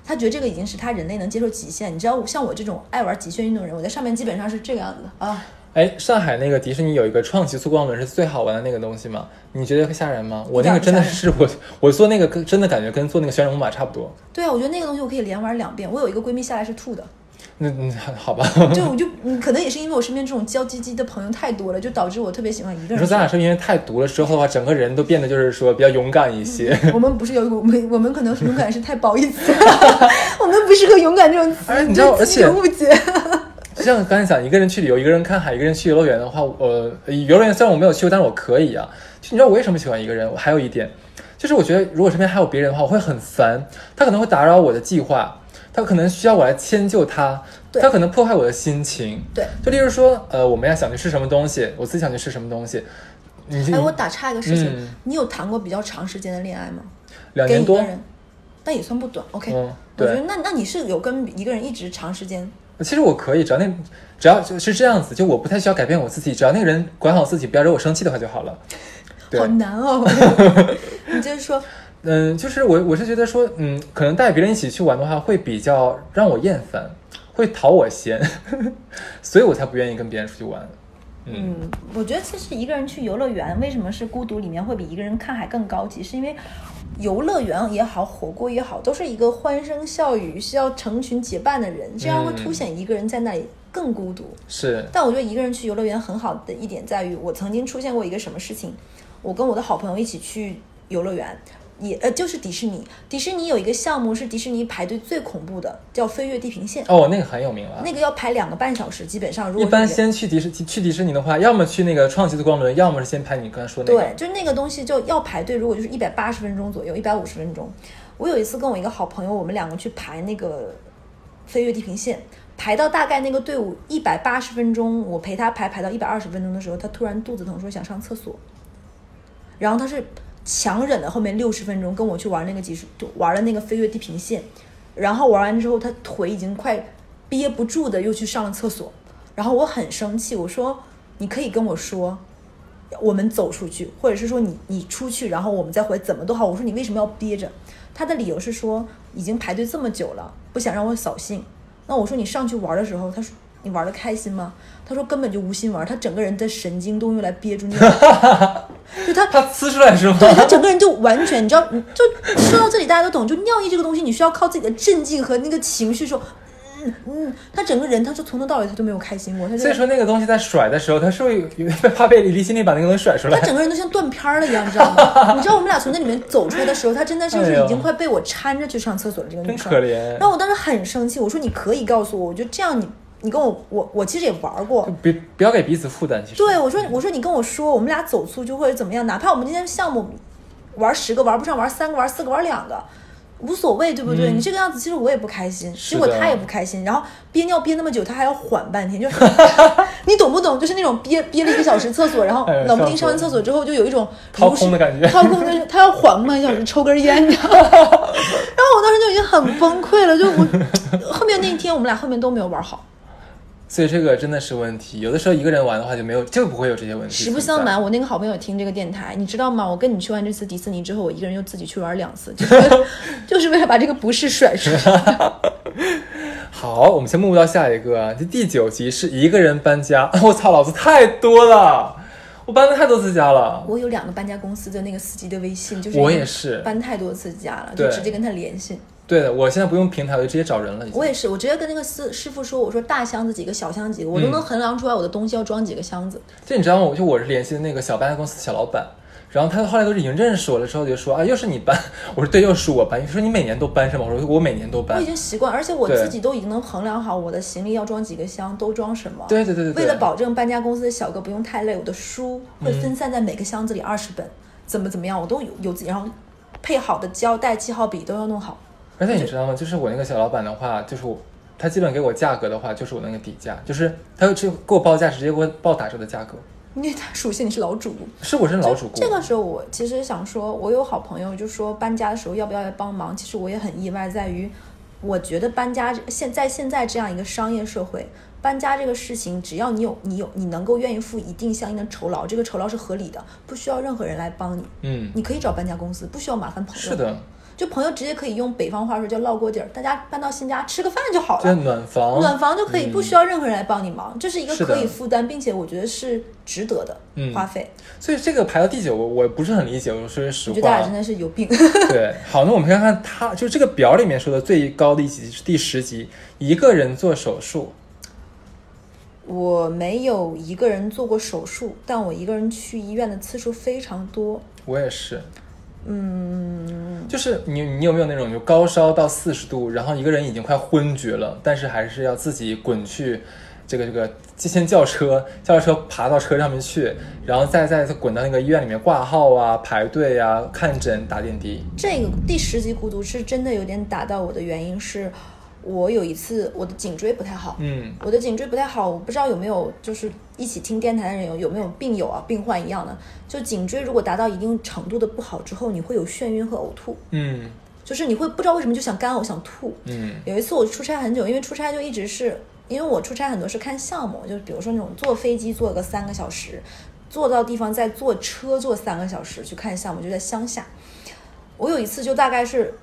[SPEAKER 1] 她觉得这个已经是她人类能接受极限。你知道，像我这种爱玩极限运动的人，我在上面基本上是这个样子的啊。
[SPEAKER 2] 哎，上海那个迪士尼有一个创极速光轮是最好玩的那个东西吗？你觉得吓人吗？我那个
[SPEAKER 1] 一点
[SPEAKER 2] 真
[SPEAKER 1] 儿不
[SPEAKER 2] 的
[SPEAKER 1] 吓人
[SPEAKER 2] 是我我做那个跟真的感觉跟做那个旋转木马差不多。
[SPEAKER 1] 对啊，我觉得那个东西我可以连玩两遍。我有一个闺蜜下来是吐的，
[SPEAKER 2] 那嗯好吧， *laughs*
[SPEAKER 1] 就我就嗯可能也是因为我身边这种娇唧唧的朋友太多了，就导致我特别喜欢一个
[SPEAKER 2] 你说
[SPEAKER 1] 人。
[SPEAKER 2] 咱俩是因为太毒了之后的话，整个人都变得就是说比较勇敢一些。
[SPEAKER 1] 我们不是有我们我们可能勇敢是太褒义词了， *laughs* 我们不适合勇敢这种词，
[SPEAKER 2] 而你知道
[SPEAKER 1] 对自己
[SPEAKER 2] 而且
[SPEAKER 1] 有误解。
[SPEAKER 2] 像刚才讲，一个人去旅游，一个人看海，一个人去游乐园的话，呃，游乐园虽然我没有去过，但是我可以啊。就你知道我为什么喜欢一个人？我还有一点，就是我觉得如果身边还有别人的话，我会很烦，他可能会打扰我的计划，他可能需要我来迁就他，
[SPEAKER 1] 对
[SPEAKER 2] 他可能破坏我的心情。
[SPEAKER 1] 对，
[SPEAKER 2] 就例如说，呃，我们要想去吃什么东西，我自己想去吃什么东西，你
[SPEAKER 1] 哎，我
[SPEAKER 2] 这
[SPEAKER 1] 打岔一个事情，
[SPEAKER 2] 嗯
[SPEAKER 1] 你有谈过比较长时间的恋爱吗？
[SPEAKER 2] 两
[SPEAKER 1] 跟
[SPEAKER 2] 年
[SPEAKER 1] 一个
[SPEAKER 2] 多，
[SPEAKER 1] 人，但也算不短。OK，、
[SPEAKER 2] 嗯
[SPEAKER 1] 我觉得
[SPEAKER 2] 对
[SPEAKER 1] 那那你是有跟一个人一直长时间，
[SPEAKER 2] 其实我可以，只要那只要就是这样子，就我不太需要改变我自己，只要那个人管好自己，不要惹我生气的话就好了。对
[SPEAKER 1] 好难
[SPEAKER 2] *laughs*
[SPEAKER 1] 哦。你就是说，
[SPEAKER 2] 嗯，就是我我是觉得说，嗯，可能带别人一起去玩的话，会比较让我厌烦，会讨我嫌， *laughs* 所以我才不愿意跟别人出去玩。嗯，
[SPEAKER 1] 嗯，我觉得其实一个人去游乐园，为什么是孤独里面会比一个人看海更高级？是因为游乐园也好，火锅也好，都是一个欢声笑语，需要成群结伴的人，这样会凸显一个人在那里更孤独。
[SPEAKER 2] 是，
[SPEAKER 1] 但我觉得一个人去游乐园很好的一点在于，我曾经出现过一个什么事情，我跟我的好朋友一起去游乐园，也呃就是迪士尼，迪士尼有一个项目是迪士尼排队最恐怖的，叫飞越地平线，
[SPEAKER 2] 哦，那个很有名了。
[SPEAKER 1] 那个要排两个半小时，基本上如果
[SPEAKER 2] 一
[SPEAKER 1] 是
[SPEAKER 2] 般
[SPEAKER 1] 人
[SPEAKER 2] 先去迪士去迪士尼的话，要么去那个创极的光轮，要么是先拍你刚才说那
[SPEAKER 1] 对
[SPEAKER 2] 个，。
[SPEAKER 1] 就那个东西就要排队，如果就是一百八十分钟左右，一百五十分钟。我有一次跟我一个好朋友，我们两个去排那个飞越地平线，排到大概那个队伍一百八十分钟，我陪他排排到一百二十分钟的时候，他突然肚子疼，说想上厕所，然后他是强忍了后面六十分钟跟我去玩那个极速，玩了那个飞越地平线，然后玩完之后他腿已经快憋不住的又去上了厕所，然后我很生气，我说你可以跟我说。我们走出去，或者是说你你出去，然后我们再回，怎么都好。我说你为什么要憋着？他的理由是说已经排队这么久了，不想让我扫兴。那我说你上去玩的时候，他说你玩的开心吗？他说根本就无心玩，他整个人的神经都用来憋住那个，就他
[SPEAKER 2] 他呲出来是吗？
[SPEAKER 1] 对他整个人就完全，你知道，你就说到这里大家都懂，就尿意这个东西，你需要靠自己的镇静和那个情绪说，嗯嗯，他整个人，他就从头到尾他都没有开心过，他就
[SPEAKER 2] 所以说那个东西在甩的时候，他是会有 *laughs* 有怕被离心力把那个东西甩出来
[SPEAKER 1] 他。整个人都像断片儿了一样，你知道
[SPEAKER 2] *laughs*
[SPEAKER 1] 吗？你知道我们俩从那里面走出来的时候，他真的就是
[SPEAKER 2] 哎呦
[SPEAKER 1] 已经快被我搀着去上厕所的这个女生，
[SPEAKER 2] 真可怜
[SPEAKER 1] 然后我当时很生气，我说你可以告诉我，我觉得这样你你跟我我我其实也玩过，
[SPEAKER 2] 别不要给彼此负担，其实。
[SPEAKER 1] 对我说我说你跟我说我们俩走错就或者怎么样，哪怕我们今天项目玩十个玩不上，玩三个玩四个玩两个。无所谓，对不对？
[SPEAKER 2] 嗯
[SPEAKER 1] 你这个样子，其实我也不开心，
[SPEAKER 2] 是
[SPEAKER 1] 结果
[SPEAKER 2] 的
[SPEAKER 1] 他也不开心，然后憋尿憋那么久，他还要缓半天，就是
[SPEAKER 2] *laughs*
[SPEAKER 1] 你懂不懂？就是那种憋憋了一个小时厕所，然后
[SPEAKER 2] 哎呀
[SPEAKER 1] 冷不丁
[SPEAKER 2] 上
[SPEAKER 1] 上完
[SPEAKER 2] 火
[SPEAKER 1] 厕所之后，就有一种
[SPEAKER 2] 掏
[SPEAKER 1] 如释
[SPEAKER 2] 空的感觉
[SPEAKER 1] 掏空的，他要缓半个小时，抽根烟，你知道吗？然 *laughs* 后我当时就已经很崩溃了，就
[SPEAKER 2] *laughs*
[SPEAKER 1] 我后面那一天我们俩后面都没有玩好。
[SPEAKER 2] 所以这个真的是问题。有的时候一个人玩的话就没有，就不会有这些问题。
[SPEAKER 1] 实不相瞒，，我那个好朋友听这个电台，你知道吗？我跟你去完这次迪士尼之后，我一个人又自己去玩两次，就是为
[SPEAKER 2] *laughs*
[SPEAKER 1] 了就是为了把这个不适甩出去。
[SPEAKER 2] 好，我们先目到下一个啊，这第九集是一个人搬家。 *laughs* 我操，老子太多了，我搬了太多次家了。
[SPEAKER 1] 我有两个搬家公司的那个司机的微信，就是
[SPEAKER 2] 我也是，
[SPEAKER 1] 搬太多次家了，就
[SPEAKER 2] 对
[SPEAKER 1] 直接跟他联系。
[SPEAKER 2] 对的，我现在不用平台，我就直接找人了。已经
[SPEAKER 1] 我也是，我直接跟那个师师傅说，我说大箱子几个，小箱子几个，
[SPEAKER 2] 嗯
[SPEAKER 1] 我都能衡量出来我的东西要装几个箱子。
[SPEAKER 2] 这你知道吗？我就我是联系的那个小搬家公司的小老板，然后他后来都是已经认识我了之后就说啊，又是你搬， *laughs* 我说对，又是我搬。你说你每年都搬是吗？我说我每年都
[SPEAKER 1] 我
[SPEAKER 2] 搬
[SPEAKER 1] 已。经习惯，而且我
[SPEAKER 2] 对
[SPEAKER 1] 自己都已经能衡量好我的行李要装几个箱，都装什么。
[SPEAKER 2] 对对对对对。嗯
[SPEAKER 1] 为了保证搬家公司的小哥不用太累，我的书会分散在每个箱子里二十本，怎么怎么样，我都有有自己，然后配好的胶带、记号笔都要弄好。
[SPEAKER 2] 而且你知道吗？就是我那个小老板的话，就是我他基本给我价格的话，就是我那个底价，就是他就给我报价，直接给我报打折的价格。
[SPEAKER 1] 因为他属性你是老主顾，
[SPEAKER 2] 是我是老主顾，
[SPEAKER 1] 这个时候我其实想说，我有好朋友就说搬家的时候要不要来帮忙，其实我也很意外，在于我觉得搬家现在现在这样一个商业社会，搬家这个事情，只要你有你有你能够愿意付一定相应的酬劳，这个酬劳是合理的，不需要任何人来帮你，
[SPEAKER 2] 嗯，
[SPEAKER 1] 你可以找搬家公司，不需要麻烦朋友。
[SPEAKER 2] 是，的，
[SPEAKER 1] 就朋友直接可以用北方话说叫落锅底儿，大家搬到新家吃个饭就好
[SPEAKER 2] 就是
[SPEAKER 1] 了。
[SPEAKER 2] 暖房，
[SPEAKER 1] 暖房就可以，不需要任何人来帮你忙，这是一个
[SPEAKER 2] 嗯是的
[SPEAKER 1] 可以负担，并且我觉得是值得的
[SPEAKER 2] 嗯
[SPEAKER 1] 花费。
[SPEAKER 2] 所以这个排到第九，我我不是很理解，我说实
[SPEAKER 1] 我觉得大
[SPEAKER 2] 话
[SPEAKER 1] 家。真的是有
[SPEAKER 2] *laughs*
[SPEAKER 1] 病。
[SPEAKER 2] 对，好，那我们看看他，就这个表里面说的最高的一集是第十集，一个人做手术，
[SPEAKER 1] 我没有一个人做过手术，但我一个人去医院的次数非常多。
[SPEAKER 2] 我也是。嗯，就是你，你有没有那种就高烧到四十度，然后一个人已经快昏厥了，但是还是要自己滚去这个这个先叫车，叫车爬到车上面去，然后再再再滚到那个医院里面挂号啊、排队啊、看诊、打点滴。
[SPEAKER 1] 这个第十集孤独是真的有点打到我的原因是，我有一次我的颈椎不太好，
[SPEAKER 2] 嗯，
[SPEAKER 1] 我的颈椎不太好，我不知道有没有就是一起听电台的人有有没有病友啊、病患一样的，就颈椎如果达到一定程度的不好之后，你会有眩晕和呕吐，
[SPEAKER 2] 嗯
[SPEAKER 1] 就是你会不知道为什么就想干呕、想吐，
[SPEAKER 2] 嗯
[SPEAKER 1] 有一次我出差很久，因为出差就一直是因为我出差很多是看项目，就比如说那种坐飞机坐个三个小时，坐到地方再坐车坐三个小时去看项目，就在乡下。我有一次就大概是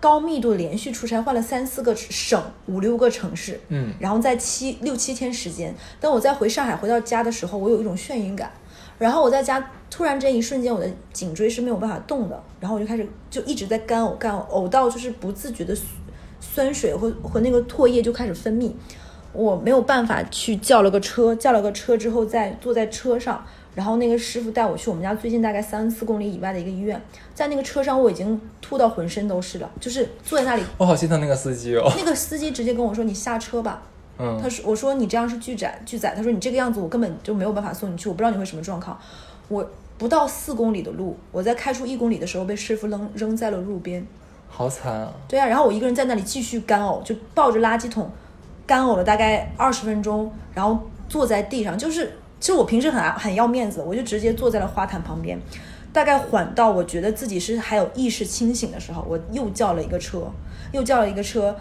[SPEAKER 1] 高密度连续出差，换了三四个省、五六个城市，
[SPEAKER 2] 嗯
[SPEAKER 1] 然后在七六七天时间，等我再回上海回到家的时候，我有一种眩晕感。然后我在家突然这一瞬间，我的颈椎是没有办法动的，然后我就开始就一直在干呕，干呕，呕到就是不自觉的酸水和和那个唾液就开始分泌，我没有办法去叫了个车，叫了个车之后再坐在车上，然后那个师傅带我去我们家最近大概三四公里以外的一个医院，在那个车上我已经吐到浑身都是了，就是坐在那里，
[SPEAKER 2] 我好心疼那个司机哦。
[SPEAKER 1] 那个司机直接跟我说你下车吧，
[SPEAKER 2] 嗯
[SPEAKER 1] 他，说：“我说你这样是拒载，拒载。”他说：“你这个样子，我根本就没有办法送你去，我不知道你会什么状况。”我不到四公里的路，我在开出一公里的时候被师傅扔扔在了路边。
[SPEAKER 2] 好惨啊。
[SPEAKER 1] 对啊，然后我一个人在那里继续干呕，就抱着垃圾桶干呕了大概二十分钟，然后坐在地上。就是其实我平时很爱很要面子，我就直接坐在了花坛旁边。大概缓到我觉得自己是还有意识清醒的时候，我又叫了一个车，又叫了一个车。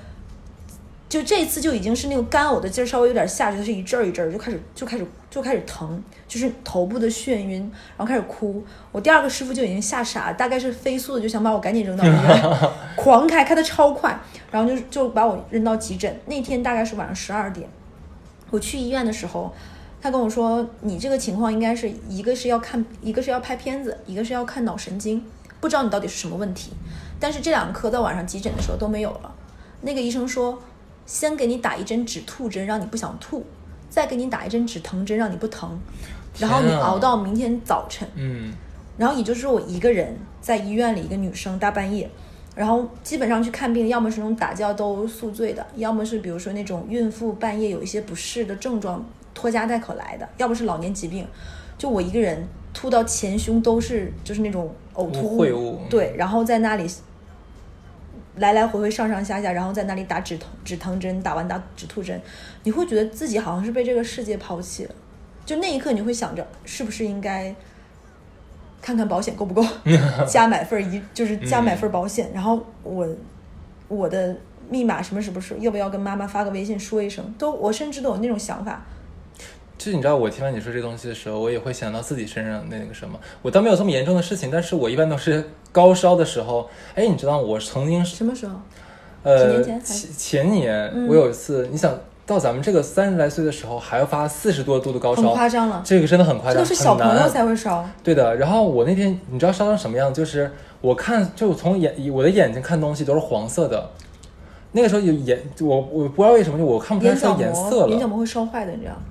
[SPEAKER 1] 就这次就已经是那个干呕的劲儿稍微有点下去，它是一阵儿一阵儿就开始就开始就开始疼，就是头部的眩晕，然后开始哭。我第二个师傅就已经吓傻了，大概是飞速的就想把我赶紧扔到医院，狂开开的超快，然后就就把我扔到急诊。那天大概是晚上十二点，我去医院的时候，他跟我说，你这个情况应该是一个是要看，一个是要拍片子，一个是要看脑神经，不知道你到底是什么问题。但是这两科到晚上急诊的时候都没有了。那个医生说，先给你打一针止吐针，让你不想吐，再给你打一针止疼针，让你不疼，然后你
[SPEAKER 2] 天啊
[SPEAKER 1] 熬到明天早晨。
[SPEAKER 2] 嗯，
[SPEAKER 1] 然后也就是我一个人在医院里，一个女生大半夜，然后基本上去看病，要么是那种打架斗殴宿醉的，要么是比如说那种孕妇半夜有一些不适的症状拖家带口来的，要不是老年疾病，就我一个人吐到前胸都是就是那种呕吐
[SPEAKER 2] 秽物
[SPEAKER 1] 对，然后在那里来来回回上上下下，然后在那里打止疼止疼针，打完打止吐针，你会觉得自己好像是被这个世界抛弃了，就那一刻你会想着是不是应该。看看保险够不
[SPEAKER 2] *laughs*
[SPEAKER 1] 够，加买份儿一就是
[SPEAKER 2] 嗯
[SPEAKER 1] 加买份儿保险，然后我我的密码什么什么时候要不要跟妈妈发个微信说一声，都我甚至都有那种想法，
[SPEAKER 2] 就是你知道，我听完你说这东西的时候，我也会想到自己身上那个什么。我倒没有这么严重的事情，但是我一般都是高烧的时候。哎，你知道我曾经是
[SPEAKER 1] 什么时候？几
[SPEAKER 2] 呃
[SPEAKER 1] 年前还
[SPEAKER 2] 前前年，我有一次，你想到咱们这个三十来岁的时候，还要发四十多度的高
[SPEAKER 1] 很
[SPEAKER 2] 烧，
[SPEAKER 1] 夸张了
[SPEAKER 2] 这个真的很夸
[SPEAKER 1] 这
[SPEAKER 2] 张，
[SPEAKER 1] 都是小朋友
[SPEAKER 2] 很难
[SPEAKER 1] 才会烧。
[SPEAKER 2] 对的，然后我那天你知道烧成什么样？就是我看，就从眼我的眼睛看东西都是黄色的。那个时候有眼，我我不知道为什么，就我看不出来
[SPEAKER 1] 眼
[SPEAKER 2] 是有
[SPEAKER 1] 角
[SPEAKER 2] 颜色
[SPEAKER 1] 膜，眼角
[SPEAKER 2] 了。
[SPEAKER 1] 膜会烧坏的，你知道吗？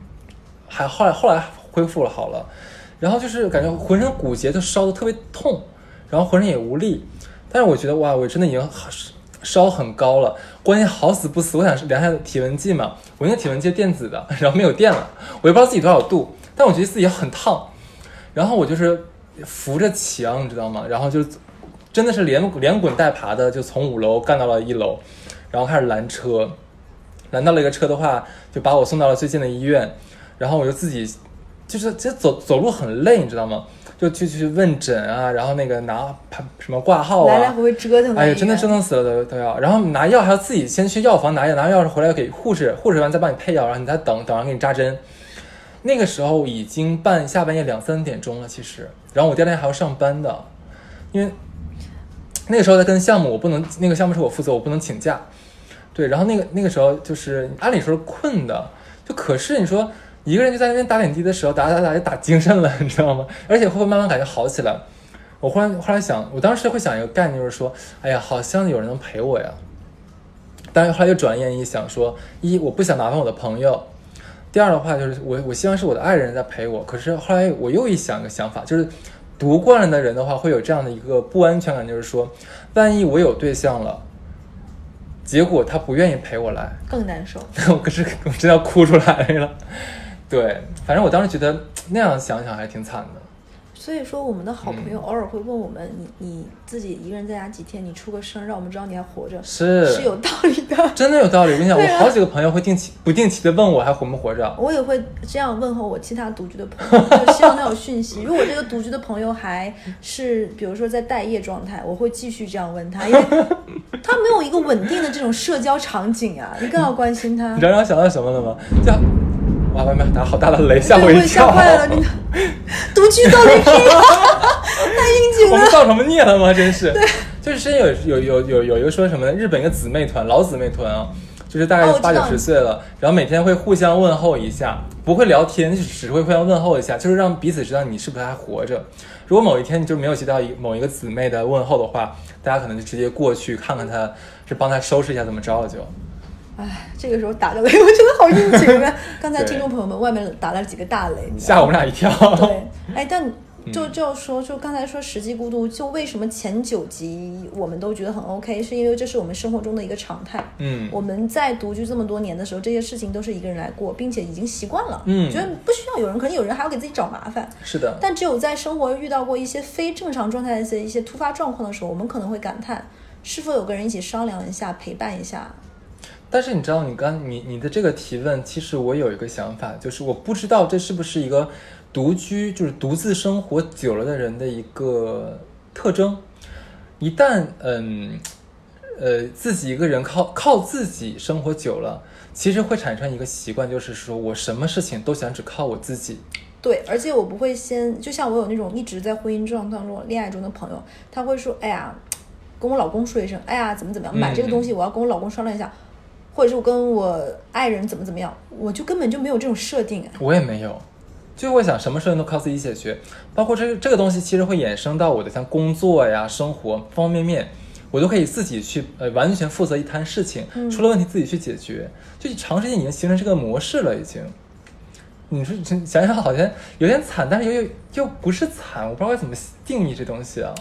[SPEAKER 2] 还后来后来恢复了好了，然后就是感觉浑身骨节就烧的特别痛，然后浑身也无力。但是我觉得哇，我真的已经很烧很高了，关键好死不死，我想量下体温计嘛，我那个体温计是电子的，然后没有电了，我也不知道自己多少度，但我觉得自己很烫。然后我就是扶着墙，你知道吗？然后就真的是连连滚带爬的就从五楼干到了一楼，然后开始拦车，拦到了一个车的话，就把我送到了最近的医院，然后我就自己就是其实走走路很累，你知道吗？就去去问诊啊，然后那个拿什么挂号啊，
[SPEAKER 1] 来来回回折腾。
[SPEAKER 2] 哎呀，真的折。腾死了都都要。然后拿药还要自己先去药房拿药，拿药钥匙回来给护士，护士完再帮你配药，然后你再等等，完给你扎针。那个时候已经半下半夜两三点钟了，其实。然后我第二天还要上班的，因为那个时候在跟项目，我不能那个项目是我负责，我不能请假。对，然后那个那个时候就是按理说是困的，就可是你说一个人就在那边打点滴的时候，打打打就打精神了， *laughs* 你知道吗？而且会慢慢感觉好起来。我忽然后来想，我当时会想一个概念，就是说，哎呀，好像有人能陪我呀。但是后来又转念一想说，一我不想麻烦我的朋友，第二的话就是我我希望是我的爱人在陪我。可是后来我又一想个想法，就是读惯了的人的话，会有这样的一个不安全感，就是说，万一我有对象了，结果他不愿意陪我来， *laughs*
[SPEAKER 1] 更难受。
[SPEAKER 2] 我可是我真要哭出来了。对，反正我当时觉得那样想想还挺惨的。
[SPEAKER 1] 所以说，我们的好朋
[SPEAKER 2] 嗯
[SPEAKER 1] 友偶尔会问我们：“你你自己一个人在家几天？你出个声，让我们知道你还活着。”
[SPEAKER 2] 是
[SPEAKER 1] 是有道理的。
[SPEAKER 2] 真的有道理。我跟你讲，
[SPEAKER 1] 对啊
[SPEAKER 2] 我好几个朋友会定期不定期的问我还活没活着。
[SPEAKER 1] 我也会这样问候我其他独居的朋友，就希望他有讯
[SPEAKER 2] *laughs*
[SPEAKER 1] 息。如果这个独居的朋友还是比如说在待业状态，我会继续这样问他，因为他没有一个稳定的这种社交场景啊，你更要关心他
[SPEAKER 2] 你知。道让我想到什么了吗？叫哇，外面打好大的雷，吓我
[SPEAKER 1] 对
[SPEAKER 2] 一
[SPEAKER 1] 我也
[SPEAKER 2] 跳
[SPEAKER 1] 吓。坏了，真
[SPEAKER 2] *laughs*
[SPEAKER 1] 的，独居到雷劈，太应景
[SPEAKER 2] *laughs* 我
[SPEAKER 1] 了
[SPEAKER 2] 们。造什么孽了吗？真是。就是之前有有有有有一个说什么呢？日本一个姊妹团，老姊妹团啊，就是大
[SPEAKER 1] 哦
[SPEAKER 2] 概
[SPEAKER 1] 我知道
[SPEAKER 2] 八九十岁了，然后每天会互相问候一下，不会聊天，就只会互相问候一下，就是让彼此知道你是不是还活着。如果某一天你就没有接到一某一个姊妹的问候的话，大家可能就直接过去看看她，是帮她收拾一下怎么着了就。
[SPEAKER 1] 哎，这个时候打个雷，我觉得好应景
[SPEAKER 2] *laughs*
[SPEAKER 1] 啊！刚才
[SPEAKER 2] 对
[SPEAKER 1] 听众朋友们外面打了几个大雷，你知道
[SPEAKER 2] 吓我们俩一跳。
[SPEAKER 1] 吗对，哎，但
[SPEAKER 2] 嗯
[SPEAKER 1] 就就说，就刚才说实际孤独，就为什么前九集我们都觉得很 OK，是因为这是我们生活中的一个常态。
[SPEAKER 2] *laughs* 嗯
[SPEAKER 1] 我们在独居这么多年的时候，这些事情都是一个人来过，并且已经习惯了，
[SPEAKER 2] 嗯
[SPEAKER 1] 觉得不需要有人，可能有人还要给自己找麻烦。
[SPEAKER 2] 是的，
[SPEAKER 1] 但只有在生活遇到过一些非正常状态的一些一些突发状况的时候，我们可能会感叹，是否有个人一起商量一下，陪伴一下，
[SPEAKER 2] 但是你知道你刚你你的这个提问，其实我有一个想法，就是我不知道这是不是一个独居，就是独自生活久了的人的一个特征。一旦嗯呃自己一个人靠靠自己生活久了，其实会产生一个习惯，就是说我什么事情都想只靠我自己。
[SPEAKER 1] 对，而且我不会先，就像我有那种一直在婚姻状态中、恋爱中的朋友，他会说：“哎呀，跟我老公说一声，哎呀，怎么怎么样，买这个
[SPEAKER 2] 嗯
[SPEAKER 1] 东西我要跟我老公商量一下，或者是我跟我爱人怎么怎么样。”我就根本就没有这种设定啊。
[SPEAKER 2] 我也没有，就会想什么事情都靠自己解决，包括这个这个东西，其实会衍生到我的像工作呀、生活方方面面，我都可以自己去呃完全负责一摊事情，
[SPEAKER 1] 嗯
[SPEAKER 2] 出了问题自己去解决，就长时间已经形成这个模式了，已经。你说这想想好像有点惨，但是又又又不是惨，我不知道该怎么定义这东西啊。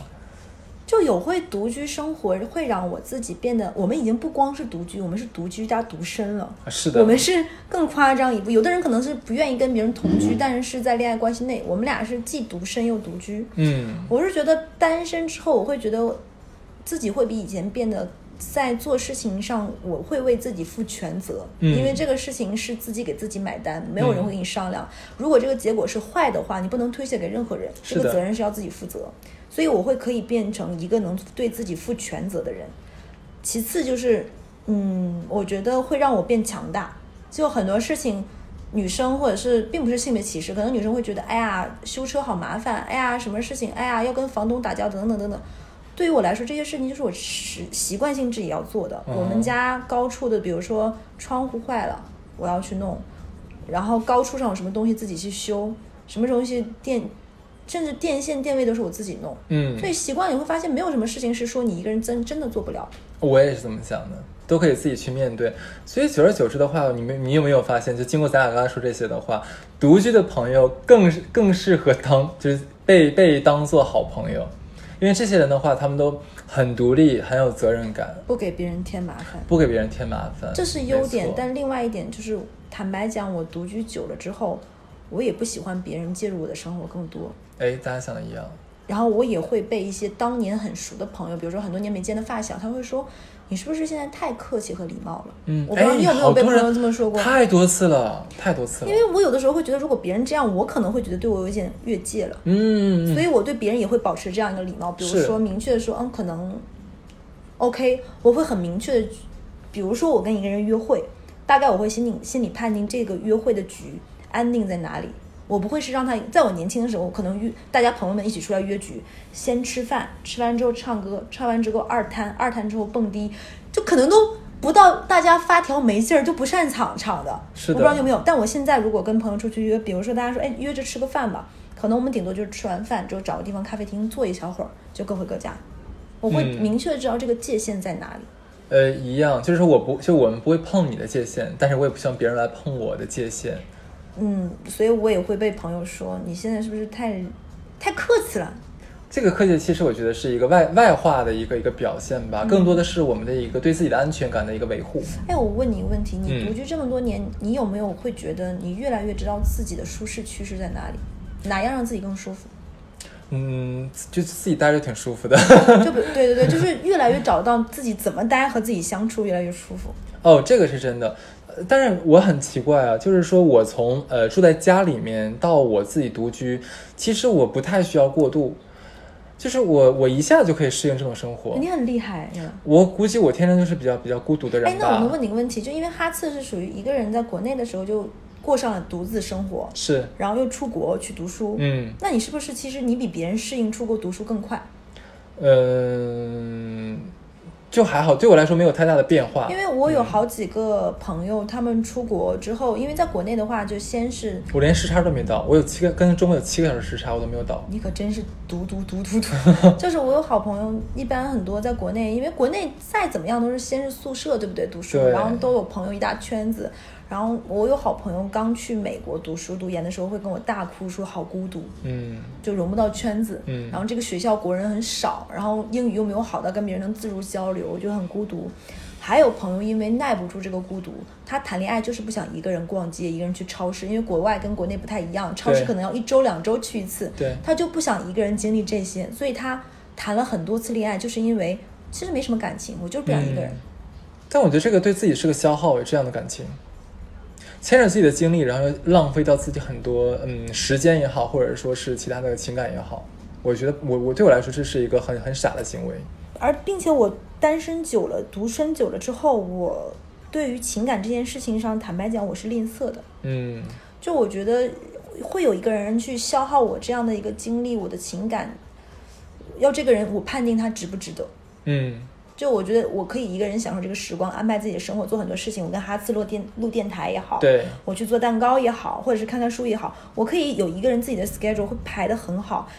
[SPEAKER 1] 就有会独居生活，会让我自己变得，我们已经不光是独居，我们是独居加独身了。
[SPEAKER 2] 啊是的，
[SPEAKER 1] 我们是更夸张一步，有的人可能是不愿意跟别人同居，但是是在恋爱关系内，我们俩是既独身又独居。
[SPEAKER 2] 嗯，
[SPEAKER 1] 我是觉得单身之后，我会觉得自己会比以前变得在做事情上，我会为自己负全责，
[SPEAKER 2] 嗯
[SPEAKER 1] 因为这个事情是自己给自己买单，没有人会跟你商量。如果这个结果是坏的话，你不能推卸给任何人，
[SPEAKER 2] 是
[SPEAKER 1] 这
[SPEAKER 2] 的
[SPEAKER 1] 个责任是要自己负责。所以我会可以变成一个能对自己负全责的人。其次就是，嗯，我觉得会让我变强大。就很多事情，女生或者是并不是性别歧视，可能女生会觉得，哎呀，修车好麻烦，哎呀，什么事情，哎呀，要跟房东打交道，等等等等。对于我来说，这些事情就是我习习惯性自己要做的。
[SPEAKER 2] 嗯
[SPEAKER 1] 我们家高处的，比如说窗户坏了，我要去弄；然后高处上有什么东西自己去修，什么东西电，甚至电线电位都是我自己弄。
[SPEAKER 2] 嗯
[SPEAKER 1] 所以习惯你会发现，没有什么事情是说你一个人真真的做不了。
[SPEAKER 2] 我也是这么想的，都可以自己去面对。所以久而久之的话，你们你有没有发现，就经过咱俩刚才说这些的话，独居的朋友更是更适合当就是被被当做好朋友，因为这些人的话，他们都很独立，很有责任感，
[SPEAKER 1] 不给别人添麻烦，
[SPEAKER 2] 不给别人添麻烦，
[SPEAKER 1] 这是优点
[SPEAKER 2] 没错。
[SPEAKER 1] 但另外一点就是，坦白讲，我独居久了之后，我也不喜欢别人介入我的生活更多。
[SPEAKER 2] 哎，大家想的一样，
[SPEAKER 1] 然后我也会被一些当年很熟的朋友，比如说很多年没见的发小，他会说：“你是不是现在太客气和礼貌了？”
[SPEAKER 2] 嗯，
[SPEAKER 1] 我不知道
[SPEAKER 2] 哎
[SPEAKER 1] 你有没
[SPEAKER 2] 好
[SPEAKER 1] 有被
[SPEAKER 2] 多
[SPEAKER 1] 朋
[SPEAKER 2] 人
[SPEAKER 1] 友这么说过。
[SPEAKER 2] 太多次了，太多次了
[SPEAKER 1] 因。为我有的时候会觉得，如果别人这样，我可能会觉得对我有一点越界了，
[SPEAKER 2] 嗯，
[SPEAKER 1] 所以我对别人也会保持这样一个礼貌，比如
[SPEAKER 2] 是
[SPEAKER 1] 说明确的说，嗯，可能 OK，我会很明确的，比如说我跟一个人约会，大概我会心里心里判定这个约会的局安定在哪里。我不会是让他在我年轻的时候，我可能约大家朋友们一起出来约局，先吃饭，吃完之后唱歌，唱完之后二摊，二摊之后蹦迪，就可能都不到大家发条没劲儿就不擅长场的。
[SPEAKER 2] 是的
[SPEAKER 1] 我不知道你有没有，但我现在如果跟朋友出去约，比如说大家说，哎，约着吃个饭吧，可能我们顶多就是吃完饭之后找个地方咖啡厅坐一小会儿，就各回各家。我会
[SPEAKER 2] 嗯
[SPEAKER 1] 明确知道这个界限在哪里。
[SPEAKER 2] 呃，一样，就是我不，就我们不会碰你的界限，但是我也不希望别人来碰我的界限。
[SPEAKER 1] 嗯，所以我也会被朋友说你现在是不是太太客气了？
[SPEAKER 2] 这个客气其实我觉得是一个外外化的一个一个表现吧，更多的
[SPEAKER 1] 嗯
[SPEAKER 2] 是我们的一个对自己的安全感的一个维护。
[SPEAKER 1] 哎，我问你一个问题，你
[SPEAKER 2] 嗯
[SPEAKER 1] 独居这么多年，你有没有会觉得你越来越知道自己的舒适区是在哪里？哪样让自己更舒服？ *laughs*
[SPEAKER 2] 嗯，就自己待着挺舒服的。 *laughs*
[SPEAKER 1] 就比对对对，就是越来越找到自己怎么待和自己相处越来越舒服。
[SPEAKER 2] 哦，这个是真的。呃但是我很奇怪啊，就是说我从呃住在家里面到我自己独居，其实我不太需要过渡，就是我我一下就可以适应这种生活。
[SPEAKER 1] 你很厉害呀！
[SPEAKER 2] 我估计我天生就是比较比较孤独的
[SPEAKER 1] 哎
[SPEAKER 2] 人，
[SPEAKER 1] 那我
[SPEAKER 2] 吧
[SPEAKER 1] 能。问你个问题，就因为哈次是属于一个人在国内的时候就过上了独自生活，
[SPEAKER 2] 是，
[SPEAKER 1] 然后又出国去读书，
[SPEAKER 2] 嗯。
[SPEAKER 1] 那你是不是其实你比别人适应出国读书更快？
[SPEAKER 2] 嗯，就还好，对我来说没有太大的变化
[SPEAKER 1] 因。为我有好几个朋友，他们出国之后，因为在国内的话，就先是
[SPEAKER 2] 我连时差都没到，我有七个跟中国有七个小时时差，我都没有到。
[SPEAKER 1] 你可真是读读读读读，就是我有好朋友，一般很多在国内，因为国内再怎么样都是先是宿舍，对不对？读书，
[SPEAKER 2] 对
[SPEAKER 1] 然后都有朋友一大圈子。然后我有好朋友刚去美国读书读研的时候，会跟我大哭说好孤独，
[SPEAKER 2] 嗯，
[SPEAKER 1] 就融不到圈子。
[SPEAKER 2] 嗯
[SPEAKER 1] 然后这个学校国人很少，然后英语又没有好到跟别人能自如交流，我觉得很孤独。还有朋友因为耐不住这个孤独，他谈恋爱就是不想一个人逛街，一个人去超市，因为国外跟国内不太一样，超市
[SPEAKER 2] 对
[SPEAKER 1] 可能要一周两周去一次，
[SPEAKER 2] 对
[SPEAKER 1] 他就不想一个人经历这些，所以他谈了很多次恋爱，就是因为其实没什么感情，我就是不想一个人。
[SPEAKER 2] 嗯但我觉得这个对自己是个消耗，这样的感情，牵扯自己的精力，然后又浪费掉自己很多嗯时间也好，或者说是其他的情感也好，我觉得我我对我来说这是一个很很傻的行为。
[SPEAKER 1] 而并且我单身久了，独身久了之后，我对于情感这件事情上，坦白讲，我是吝啬的。
[SPEAKER 2] 嗯，
[SPEAKER 1] 就我觉得会有一个人去消耗我这样的一个经历，我的情感，要这个人我判定他值不值得。
[SPEAKER 2] 嗯，
[SPEAKER 1] 就我觉得我可以一个人享受这个时光，安排自己的生活，做很多事情。我跟哈斯录电录电台也好，
[SPEAKER 2] 对
[SPEAKER 1] 我去做蛋糕也好，或者是看看书也好，我可以有一个人自己的 schedule 会排得很好，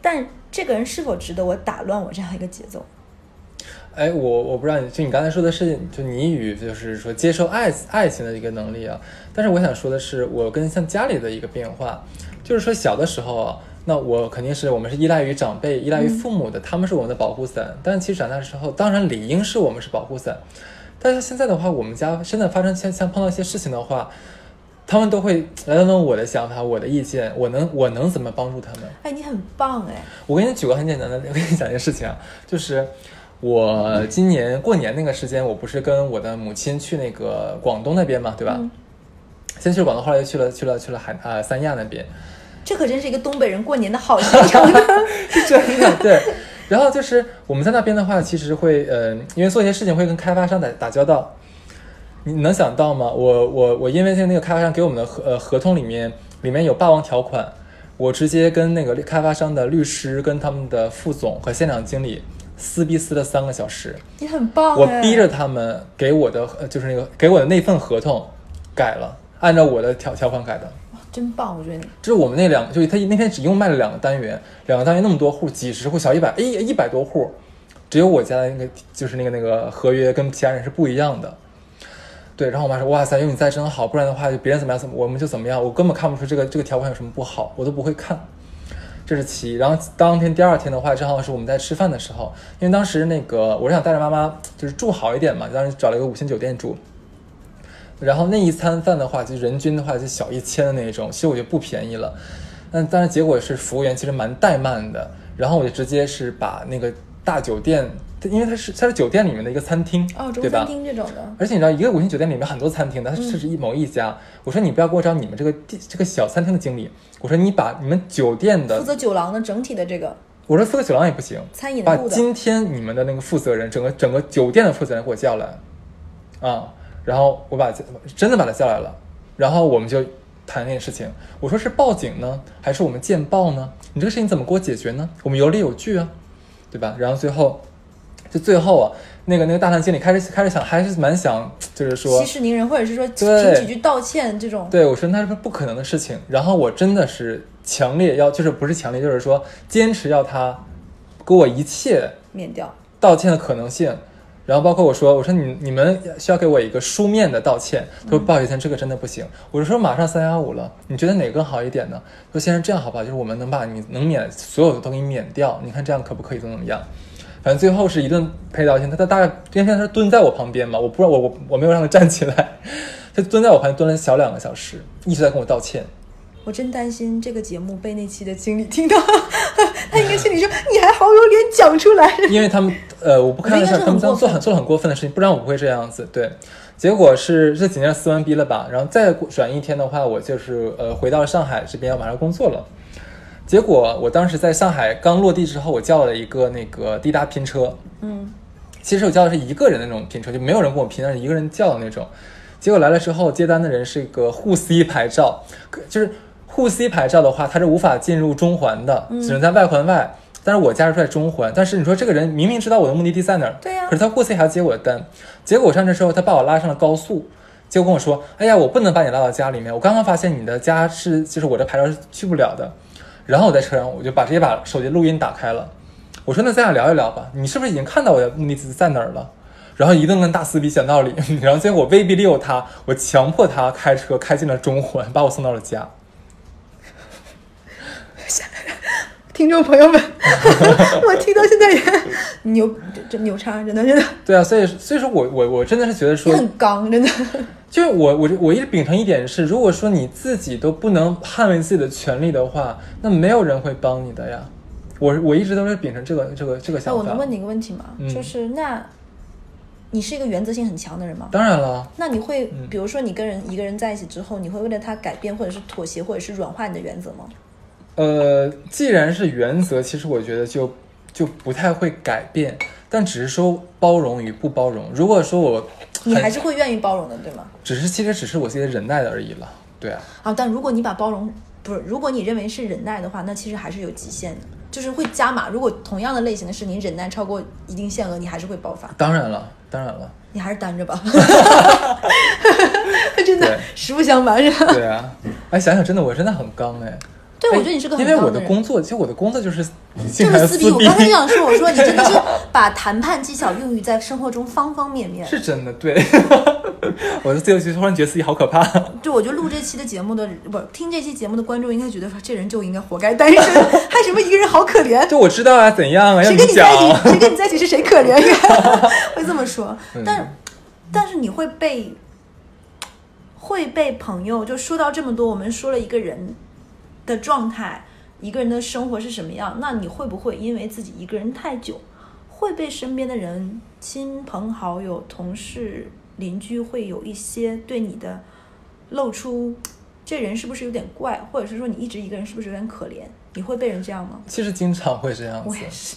[SPEAKER 1] 但这个人是否值得我打乱我这样一个节奏？
[SPEAKER 2] 哎，我我不知道你，就你刚才说的是，就你与就是说接受爱爱情的一个能力啊。但是我想说的是，我跟像家里的一个变化，就是说小的时候啊，那我肯定是我们是依赖于长辈、依赖于父母的，他们是我们的保护伞。但其实长大之后，当然理应是我们是保护伞，但是现在的话，我们家真的发生像像碰到一些事情的话，他们都会来问问我的想法、我的意见，我能我能怎么帮助他们？
[SPEAKER 1] 哎，你很棒哎，
[SPEAKER 2] 我给你举个很简单的， *laughs* 我给你讲一件事情啊，就是我今年过年那个时间，我不是跟我的母亲去那个广东那边嘛，对吧？先去了广东，后来又去了去了去了海呃三亚那边，
[SPEAKER 1] 这可真是一个东北人过年的好行程。
[SPEAKER 2] *laughs* 是真的对。然后就是我们在那边的话，其实会呃，因为做一些事情会跟开发商打打交道。你能想到吗？我我我因为在那个开发商给我们的合呃合同里面里面有霸王条款，我直接跟那个开发商的律师、跟他们的副总和现场经理撕逼撕了三个小时。
[SPEAKER 1] *laughs* 你很棒
[SPEAKER 2] 我
[SPEAKER 1] 哎，
[SPEAKER 2] 逼着他们给我的呃就是那个给我的那份合同改了，按照我的条条款改的。
[SPEAKER 1] 哇真棒，我觉得你
[SPEAKER 2] 就是我们那两，就是他那天只一共卖了两个单元，两个单元那么多户，几十户，小一百一一百多户，只有我家的那个就是那个那个合约跟其他人是不一样的。对，然后我妈说：“哇塞，有你在真好，不然的话就别人怎么样怎么我们就怎么样，我根本看不出这个这个条款有什么不好，我都不会看。”这是其一。然后当天第二天的话，正好是我们在吃饭的时候，因为当时那个我是想带着妈妈就是住好一点嘛，当时找了一个五星酒店住。然后那一餐饭的话，就人均的话就小一千的那一种，其实我觉得不便宜了。但但是结果是服务员其实蛮怠慢的，然后我就直接是把那个大酒店，因为它是它是酒店里面的一个餐厅，
[SPEAKER 1] 哦，中
[SPEAKER 2] 对吧
[SPEAKER 1] 餐？厅这种的，
[SPEAKER 2] 而且你知道，一个五星酒店里面很多餐厅的，它是
[SPEAKER 1] 嗯
[SPEAKER 2] 是一某一家。我说你不要给我找你们这个地这个小餐厅的经理，我说你把你们酒店的
[SPEAKER 1] 负责酒廊的整体的这个
[SPEAKER 2] 我说四个酒廊也不行，
[SPEAKER 1] 餐饮
[SPEAKER 2] 把
[SPEAKER 1] 部的
[SPEAKER 2] 今天你们的那个负责人，整个整个酒店的负责人给我叫来，啊，然后我把真的把他叫来了，然后我们就谈那件事情。我说是报警呢，还是我们见报呢？你这个事情怎么给我解决呢？我们有理有据啊，对吧？然后最后，就最后啊，那个那个大堂经理开始开始想，还是蛮想，就是说
[SPEAKER 1] 息事宁人，或者是说
[SPEAKER 2] 对
[SPEAKER 1] 凭几句道歉这种，
[SPEAKER 2] 对，我说那是不可能的事情。然后我真的是强烈要，就是不是强烈，就是说坚持要他给我一切
[SPEAKER 1] 免掉。
[SPEAKER 2] 道歉的可能性。然后包括我说，我说你你们需要给我一个书面的道歉。他说不好意思，这个真的不行。我就说马上三幺五了，你觉得哪个更好一点呢？说先生这样好不好？就是我们能把你能免所有的都给你免掉，你看这样可不可以？怎么怎么样？反正最后是一顿赔道歉。他他大概因为他是蹲在我旁边嘛，我不知道我我我没有让他站起来，他蹲在我旁边蹲了小两个小时，一直在跟我道歉。
[SPEAKER 1] 我真担心这个节目被那期的经理听到， *laughs* 他应该心里说：“你还好有脸讲出来。 *laughs*
[SPEAKER 2] 因为他们呃，我不看的
[SPEAKER 1] 我觉得应该
[SPEAKER 2] 是
[SPEAKER 1] 是
[SPEAKER 2] 他
[SPEAKER 1] 很
[SPEAKER 2] 们这样
[SPEAKER 1] 过
[SPEAKER 2] 做
[SPEAKER 1] 分
[SPEAKER 2] 很做了很过分的事情，不然我不会这样子。对，结果是这几年撕完逼了吧，然后再过转一天的话，我就是呃回到上海这边要马上工作了。结果我当时在上海刚落地之后，我叫了一个那个滴答拼车，
[SPEAKER 1] 嗯，
[SPEAKER 2] 其实我叫的是一个人的那种拼车，就没有人跟我拼，但是一个人叫的那种。结果来了之后，接单的人是个沪 C 牌照，可就是沪 C 牌照的话，他是无法进入中环的，只能在外环外。但是我家是在中环，但是你说这个人明明知道我的目的地在哪儿，
[SPEAKER 1] 对呀
[SPEAKER 2] 可是他沪 C 还要接我的单。结果我上车之后，他把我拉上了高速，结果跟我说：“哎呀，我不能把你拉到家里面，我刚刚发现你的家是就是我的牌照是去不了的。”然后我在车上，我就把直接把手机录音打开了。我说那咱俩聊一聊吧，你是不是已经看到我的目的地在哪儿了？然后一顿跟大撕逼讲道理， *laughs* 然后结果我威逼利诱他，我强迫他开车开进了中环，把我送到了家。
[SPEAKER 1] 听众朋友们， *laughs* 我听到现在也 *laughs* 牛，这这牛叉，真的真的，
[SPEAKER 2] 对啊，所以所以说我我我真的是觉得
[SPEAKER 1] 你
[SPEAKER 2] 说，
[SPEAKER 1] 很刚，真的。
[SPEAKER 2] 就是我我我一直秉承一点是，如果说你自己都不能捍卫自己的权利的话，那没有人会帮你的呀。我我一直都是秉承这个这个这个
[SPEAKER 1] 那
[SPEAKER 2] 想
[SPEAKER 1] 哦我
[SPEAKER 2] 法
[SPEAKER 1] 能。问你一个问题吗？
[SPEAKER 2] 嗯
[SPEAKER 1] 就是那，你是一个原则性很强的人吗？
[SPEAKER 2] 当然了，
[SPEAKER 1] 那你会
[SPEAKER 2] 嗯，
[SPEAKER 1] 比如说你跟人一个人在一起之后，你会为了他改变，或者是妥协，或者是软化你的原则吗？
[SPEAKER 2] 呃，既然是原则，其实我觉得就就不太会改变，但只是说包容与不包容。如果说我
[SPEAKER 1] 你
[SPEAKER 2] 很
[SPEAKER 1] 还是会愿意包容的，对吗？
[SPEAKER 2] 只是其实只是我自己的忍耐而已了，对啊，
[SPEAKER 1] 啊，但如果你把包容不是，如果你认为是忍耐的话，那其实还是有极限的，就是会加码。如果同样的类型的事，你忍耐超过一定限额，你还是会爆发，
[SPEAKER 2] 当然了，当然了，
[SPEAKER 1] 你还是单着吧。 *laughs* 真的
[SPEAKER 2] 对，
[SPEAKER 1] 实不相瞒，是吧？
[SPEAKER 2] 对啊，哎，想想真的，我真的很刚哎，
[SPEAKER 1] 对，
[SPEAKER 2] 哎
[SPEAKER 1] 我觉得你是个很
[SPEAKER 2] 因为
[SPEAKER 1] 刚
[SPEAKER 2] 我
[SPEAKER 1] 的
[SPEAKER 2] 的
[SPEAKER 1] 人
[SPEAKER 2] 工作，其实我的工作就是就
[SPEAKER 1] 就是撕逼。我刚才就想说，我说
[SPEAKER 2] *laughs*
[SPEAKER 1] 你真的是把谈判技巧用于在生活中方方面面。
[SPEAKER 2] 是真的对，我自由就突然觉得自己好可
[SPEAKER 1] *laughs*
[SPEAKER 2] 怕。
[SPEAKER 1] 就我觉得录这期的节目的不听这期节目的观众应该觉得这人就应该活该单身，还什么一个人好可怜，
[SPEAKER 2] 就我知道啊，怎样啊？要
[SPEAKER 1] 谁
[SPEAKER 2] 你
[SPEAKER 1] 哎跟你在
[SPEAKER 2] 讲
[SPEAKER 1] 一，起，谁跟你在一起是谁可怜？ *laughs* 会这么说，但但是你会被会被朋友就说到这么多，我们说了一个人的状态，一个人的生活是什么样，那你会不会因为自己一个人太久，会被身边的人、亲朋好友、同事、邻居会有一些对你的露出？这人是不是有点怪，或者是说你一直一个人是不是有点可怜？你会被人这样吗？
[SPEAKER 2] 其实经常会这样
[SPEAKER 1] 我
[SPEAKER 2] 子。
[SPEAKER 1] 也是，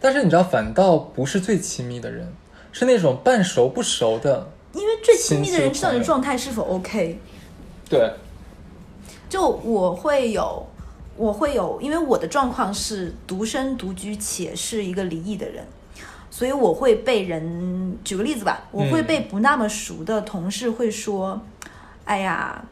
[SPEAKER 2] 但是你知道，反倒不是最亲密的人，是那种半熟不熟的。
[SPEAKER 1] 因为最亲密的人知道你的
[SPEAKER 2] 亲戚朋友
[SPEAKER 1] 状态是否 OK。
[SPEAKER 2] 对，
[SPEAKER 1] 就我会有，我会有，因为我的状况是独身独居且是一个离异的人，所以我会被人举个例子吧，
[SPEAKER 2] 嗯
[SPEAKER 1] 我会被不那么熟的同事会说，哎呀。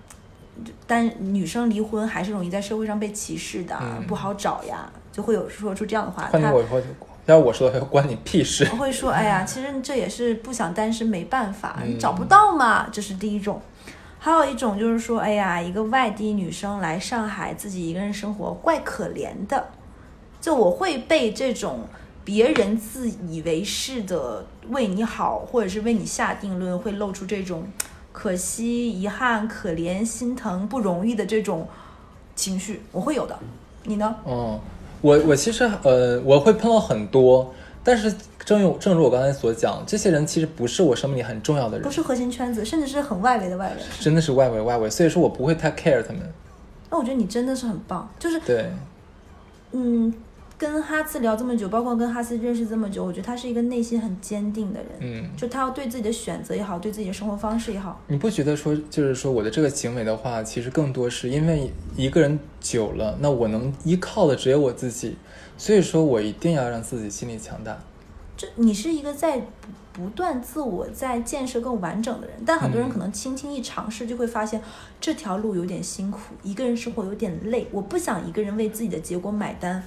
[SPEAKER 1] 但女生离婚还是容易在社会上被歧视的，
[SPEAKER 2] 嗯
[SPEAKER 1] 不好找呀，就会有说出这样的话。
[SPEAKER 2] 换成
[SPEAKER 1] 他
[SPEAKER 2] 我会，要是我说的话，关你
[SPEAKER 1] *laughs*
[SPEAKER 2] 屁事。
[SPEAKER 1] 会说，哎呀，其实这也是不想单身没办法，
[SPEAKER 2] 嗯
[SPEAKER 1] 找不到嘛，这是第一种。还有一种就是说，哎呀，一个外地女生来上海自己一个人生活，怪可怜的。就我会被这种别人自以为是的为你好，或者是为你下定论，会露出这种可惜、遗憾、可怜、心疼、不容易的这种情绪，我会有的。你呢？
[SPEAKER 2] 嗯，我我其实呃，我会碰到很多，但是正如正如我刚才所讲，这些人其实不是我生命里很重要的人
[SPEAKER 1] 都，是核心圈子，甚至是很外围的外围。
[SPEAKER 2] 真的是外围外围，所以说我不会太 care 他们。
[SPEAKER 1] 那我觉得你真的是很棒，就是
[SPEAKER 2] 对，
[SPEAKER 1] 嗯，跟哈茨聊这么久，包括跟哈茨认识这么久，我觉得他是一个内心很坚定的人。
[SPEAKER 2] 嗯，
[SPEAKER 1] 就他要对自己的选择也好，对自己的生活方式也好，
[SPEAKER 2] 你不觉得说就是说我的这个行为的话，其实更多是因为一个人久了，那我能依靠的只有我自己，所以说我一定要让自己心理强大。
[SPEAKER 1] 就你是一个在不不断自我在建设更完整的人。但很
[SPEAKER 2] 嗯
[SPEAKER 1] 多人可能轻轻一尝试，就会发现、这条路有点辛苦，一个人生活有点累，我不想一个人为自己的结果买单，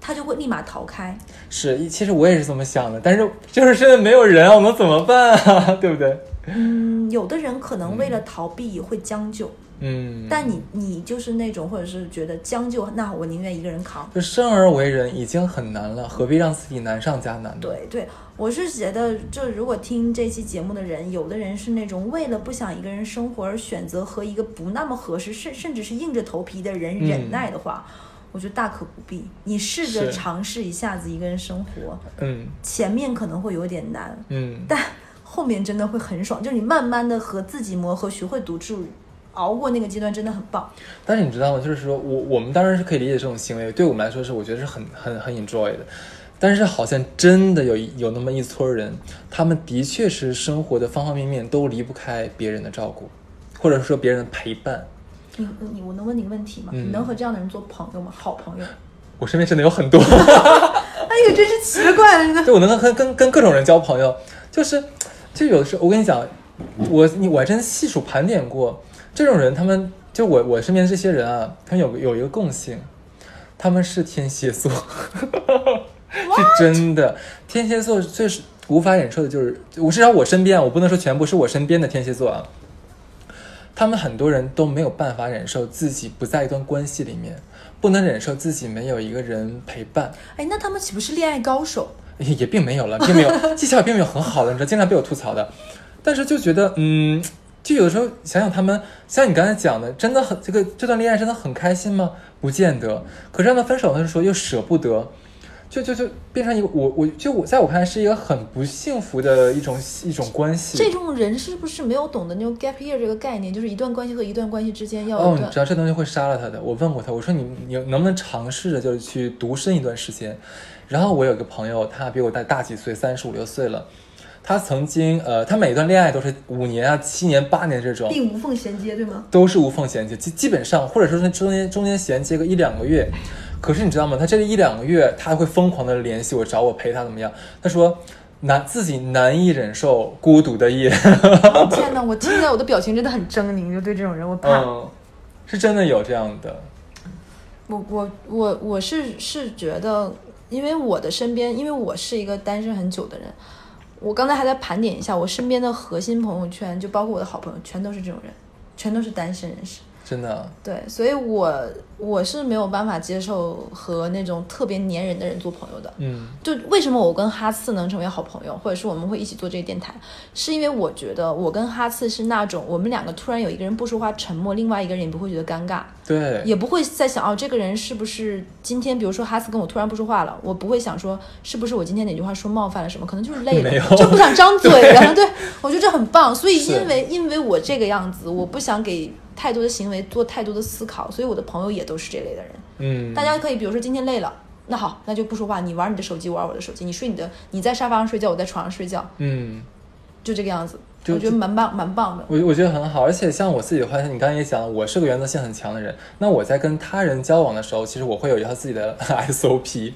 [SPEAKER 1] 他就会立马逃开。
[SPEAKER 2] 是，一其实我也是这么想的，但是就是现在没有人啊，我能怎么办啊？ *laughs* 对不对？
[SPEAKER 1] 嗯，有的人可能为了逃避也会将就，
[SPEAKER 2] 嗯，
[SPEAKER 1] 但你你就是那种，或者是觉得将就，那我宁愿一个人扛。
[SPEAKER 2] 就生而为人已经很难了，何必让自己难上加难呢？，
[SPEAKER 1] 对对，我是觉得，就如果听这期节目的人，有的人是那种为了不想一个人生活而选择和一个不那么合适，甚甚至是硬着头皮的人
[SPEAKER 2] 嗯
[SPEAKER 1] 忍耐的话，我觉得大可不必。你试着
[SPEAKER 2] 是
[SPEAKER 1] 尝试一下子一个人生活，
[SPEAKER 2] 嗯
[SPEAKER 1] 前面可能会有点难，
[SPEAKER 2] 嗯，
[SPEAKER 1] 但后面真的会很爽。就是你慢慢的和自己磨合，学会独处，熬过那个阶段，真的很棒。
[SPEAKER 2] 但是你知道吗？就是说我我们当然是可以理解这种行为，对我们来说是我觉得是很很很 enjoy 的。但是好像真的有一有那么一撮人，他们的确是生活的方方面面都离不开别人的照顾，或者说别人的陪伴。
[SPEAKER 1] 你你，我能问你个问题吗？你
[SPEAKER 2] 嗯
[SPEAKER 1] 能和这样的人做朋友吗？好
[SPEAKER 2] *laughs*
[SPEAKER 1] 朋友？
[SPEAKER 2] 我身边真的有很多，
[SPEAKER 1] 哎呦，真是奇了怪了，真的。
[SPEAKER 2] 对我能跟跟跟各种人交朋友，就是就有时候我跟你讲，我你我还真细数盘点过，这种人他们就我我身边这些人啊，他们有个有一个共性，他们是天蝎座， *laughs* 是真的。天蝎座最是无法忍受的就是，我至少我身边啊，我不能说全部是我身边的天蝎座啊，他们很多人都没有办法忍受自己不在一段关系里面，不能忍受自己没有一个人陪伴。
[SPEAKER 1] 哎，那他们岂不是恋爱高手？
[SPEAKER 2] *laughs* 也也并没有了，并没有技巧也并没有很好的，你知道，经常被我吐槽的。但是就觉得，嗯，就有的时候想想他们，像你刚才讲的，真的很这个这段恋爱真的很开心吗？不见得。可是让他分手的时候又舍不得，就就就变成一个我我就我在我看来是一个很不幸福的一种一种关系。
[SPEAKER 1] 这种人是不是没有懂得那种 gap year 这个概念？就是一段关系和一段关系之间要有
[SPEAKER 2] 哦，
[SPEAKER 1] 一
[SPEAKER 2] 你
[SPEAKER 1] 段
[SPEAKER 2] 知道这东西会杀了他的。我问过他，我说你你能不能尝试着就是去独身一段时间？然后我有个朋友，他比我大大几岁，三十五六岁了。他曾经呃，他每一段恋爱都是五年啊、七年、八年这种，
[SPEAKER 1] 并无缝衔接，对吗？ *laughs*
[SPEAKER 2] 都是无缝衔接，基基本上或者说是中间中间衔接个一两个月。可是你知道吗？他这一两个月，他会疯狂的联系我，找我陪他怎么样？他说难自己难以忍受孤独的夜。
[SPEAKER 1] 天哪，我听到我的表情真的很狰狞，就对这种人我怕。
[SPEAKER 2] 嗯， *laughs* 是真的有这样的。
[SPEAKER 1] 我我我我是是觉得，因为我的身边，因为我是一个单身很久的人，我刚才还在盘点一下，我身边的核心朋友圈，就包括我的好朋友，全都是这种人，全都是单身人士。
[SPEAKER 2] 真的，
[SPEAKER 1] 对，所以我我是没有办法接受和那种特别粘人的人做朋友的。
[SPEAKER 2] 嗯，
[SPEAKER 1] 就为什么我跟哈次能成为好朋友，或者是我们会一起做这个电台，是因为我觉得我跟哈次是那种我们两个突然有一个人不说话沉默，另外一个人也不会觉得尴尬，
[SPEAKER 2] 对，
[SPEAKER 1] 也不会再想哦这个人是不是今天，比如说哈次跟我突然不说话了，我不会想说是不是我今天哪句话说冒犯了什么，可能就是累
[SPEAKER 2] *laughs* 没有
[SPEAKER 1] 了，就不想张嘴了。
[SPEAKER 2] *laughs*
[SPEAKER 1] 对我觉得这很棒，所以
[SPEAKER 2] 是
[SPEAKER 1] 因为因为我这个样子，我不想给太多的行为做太多的思考，所以我的朋友也都是这类的人。
[SPEAKER 2] 嗯，
[SPEAKER 1] 大家可以比如说今天累了，那好，那就不说话，你玩你的手机，我玩我的手机，你睡你的，你在沙发上睡觉，我在床上睡觉，
[SPEAKER 2] 嗯。
[SPEAKER 1] 就这个样子。
[SPEAKER 2] 就
[SPEAKER 1] 我觉得蛮棒，蛮棒的。
[SPEAKER 2] 我我觉得很好，而且像我自己的话，你刚才也讲，我是个原则性很强的人。那我在跟他人交往的时候，其实我会有一套自己的 *laughs*
[SPEAKER 1] *laughs*
[SPEAKER 2] SOP，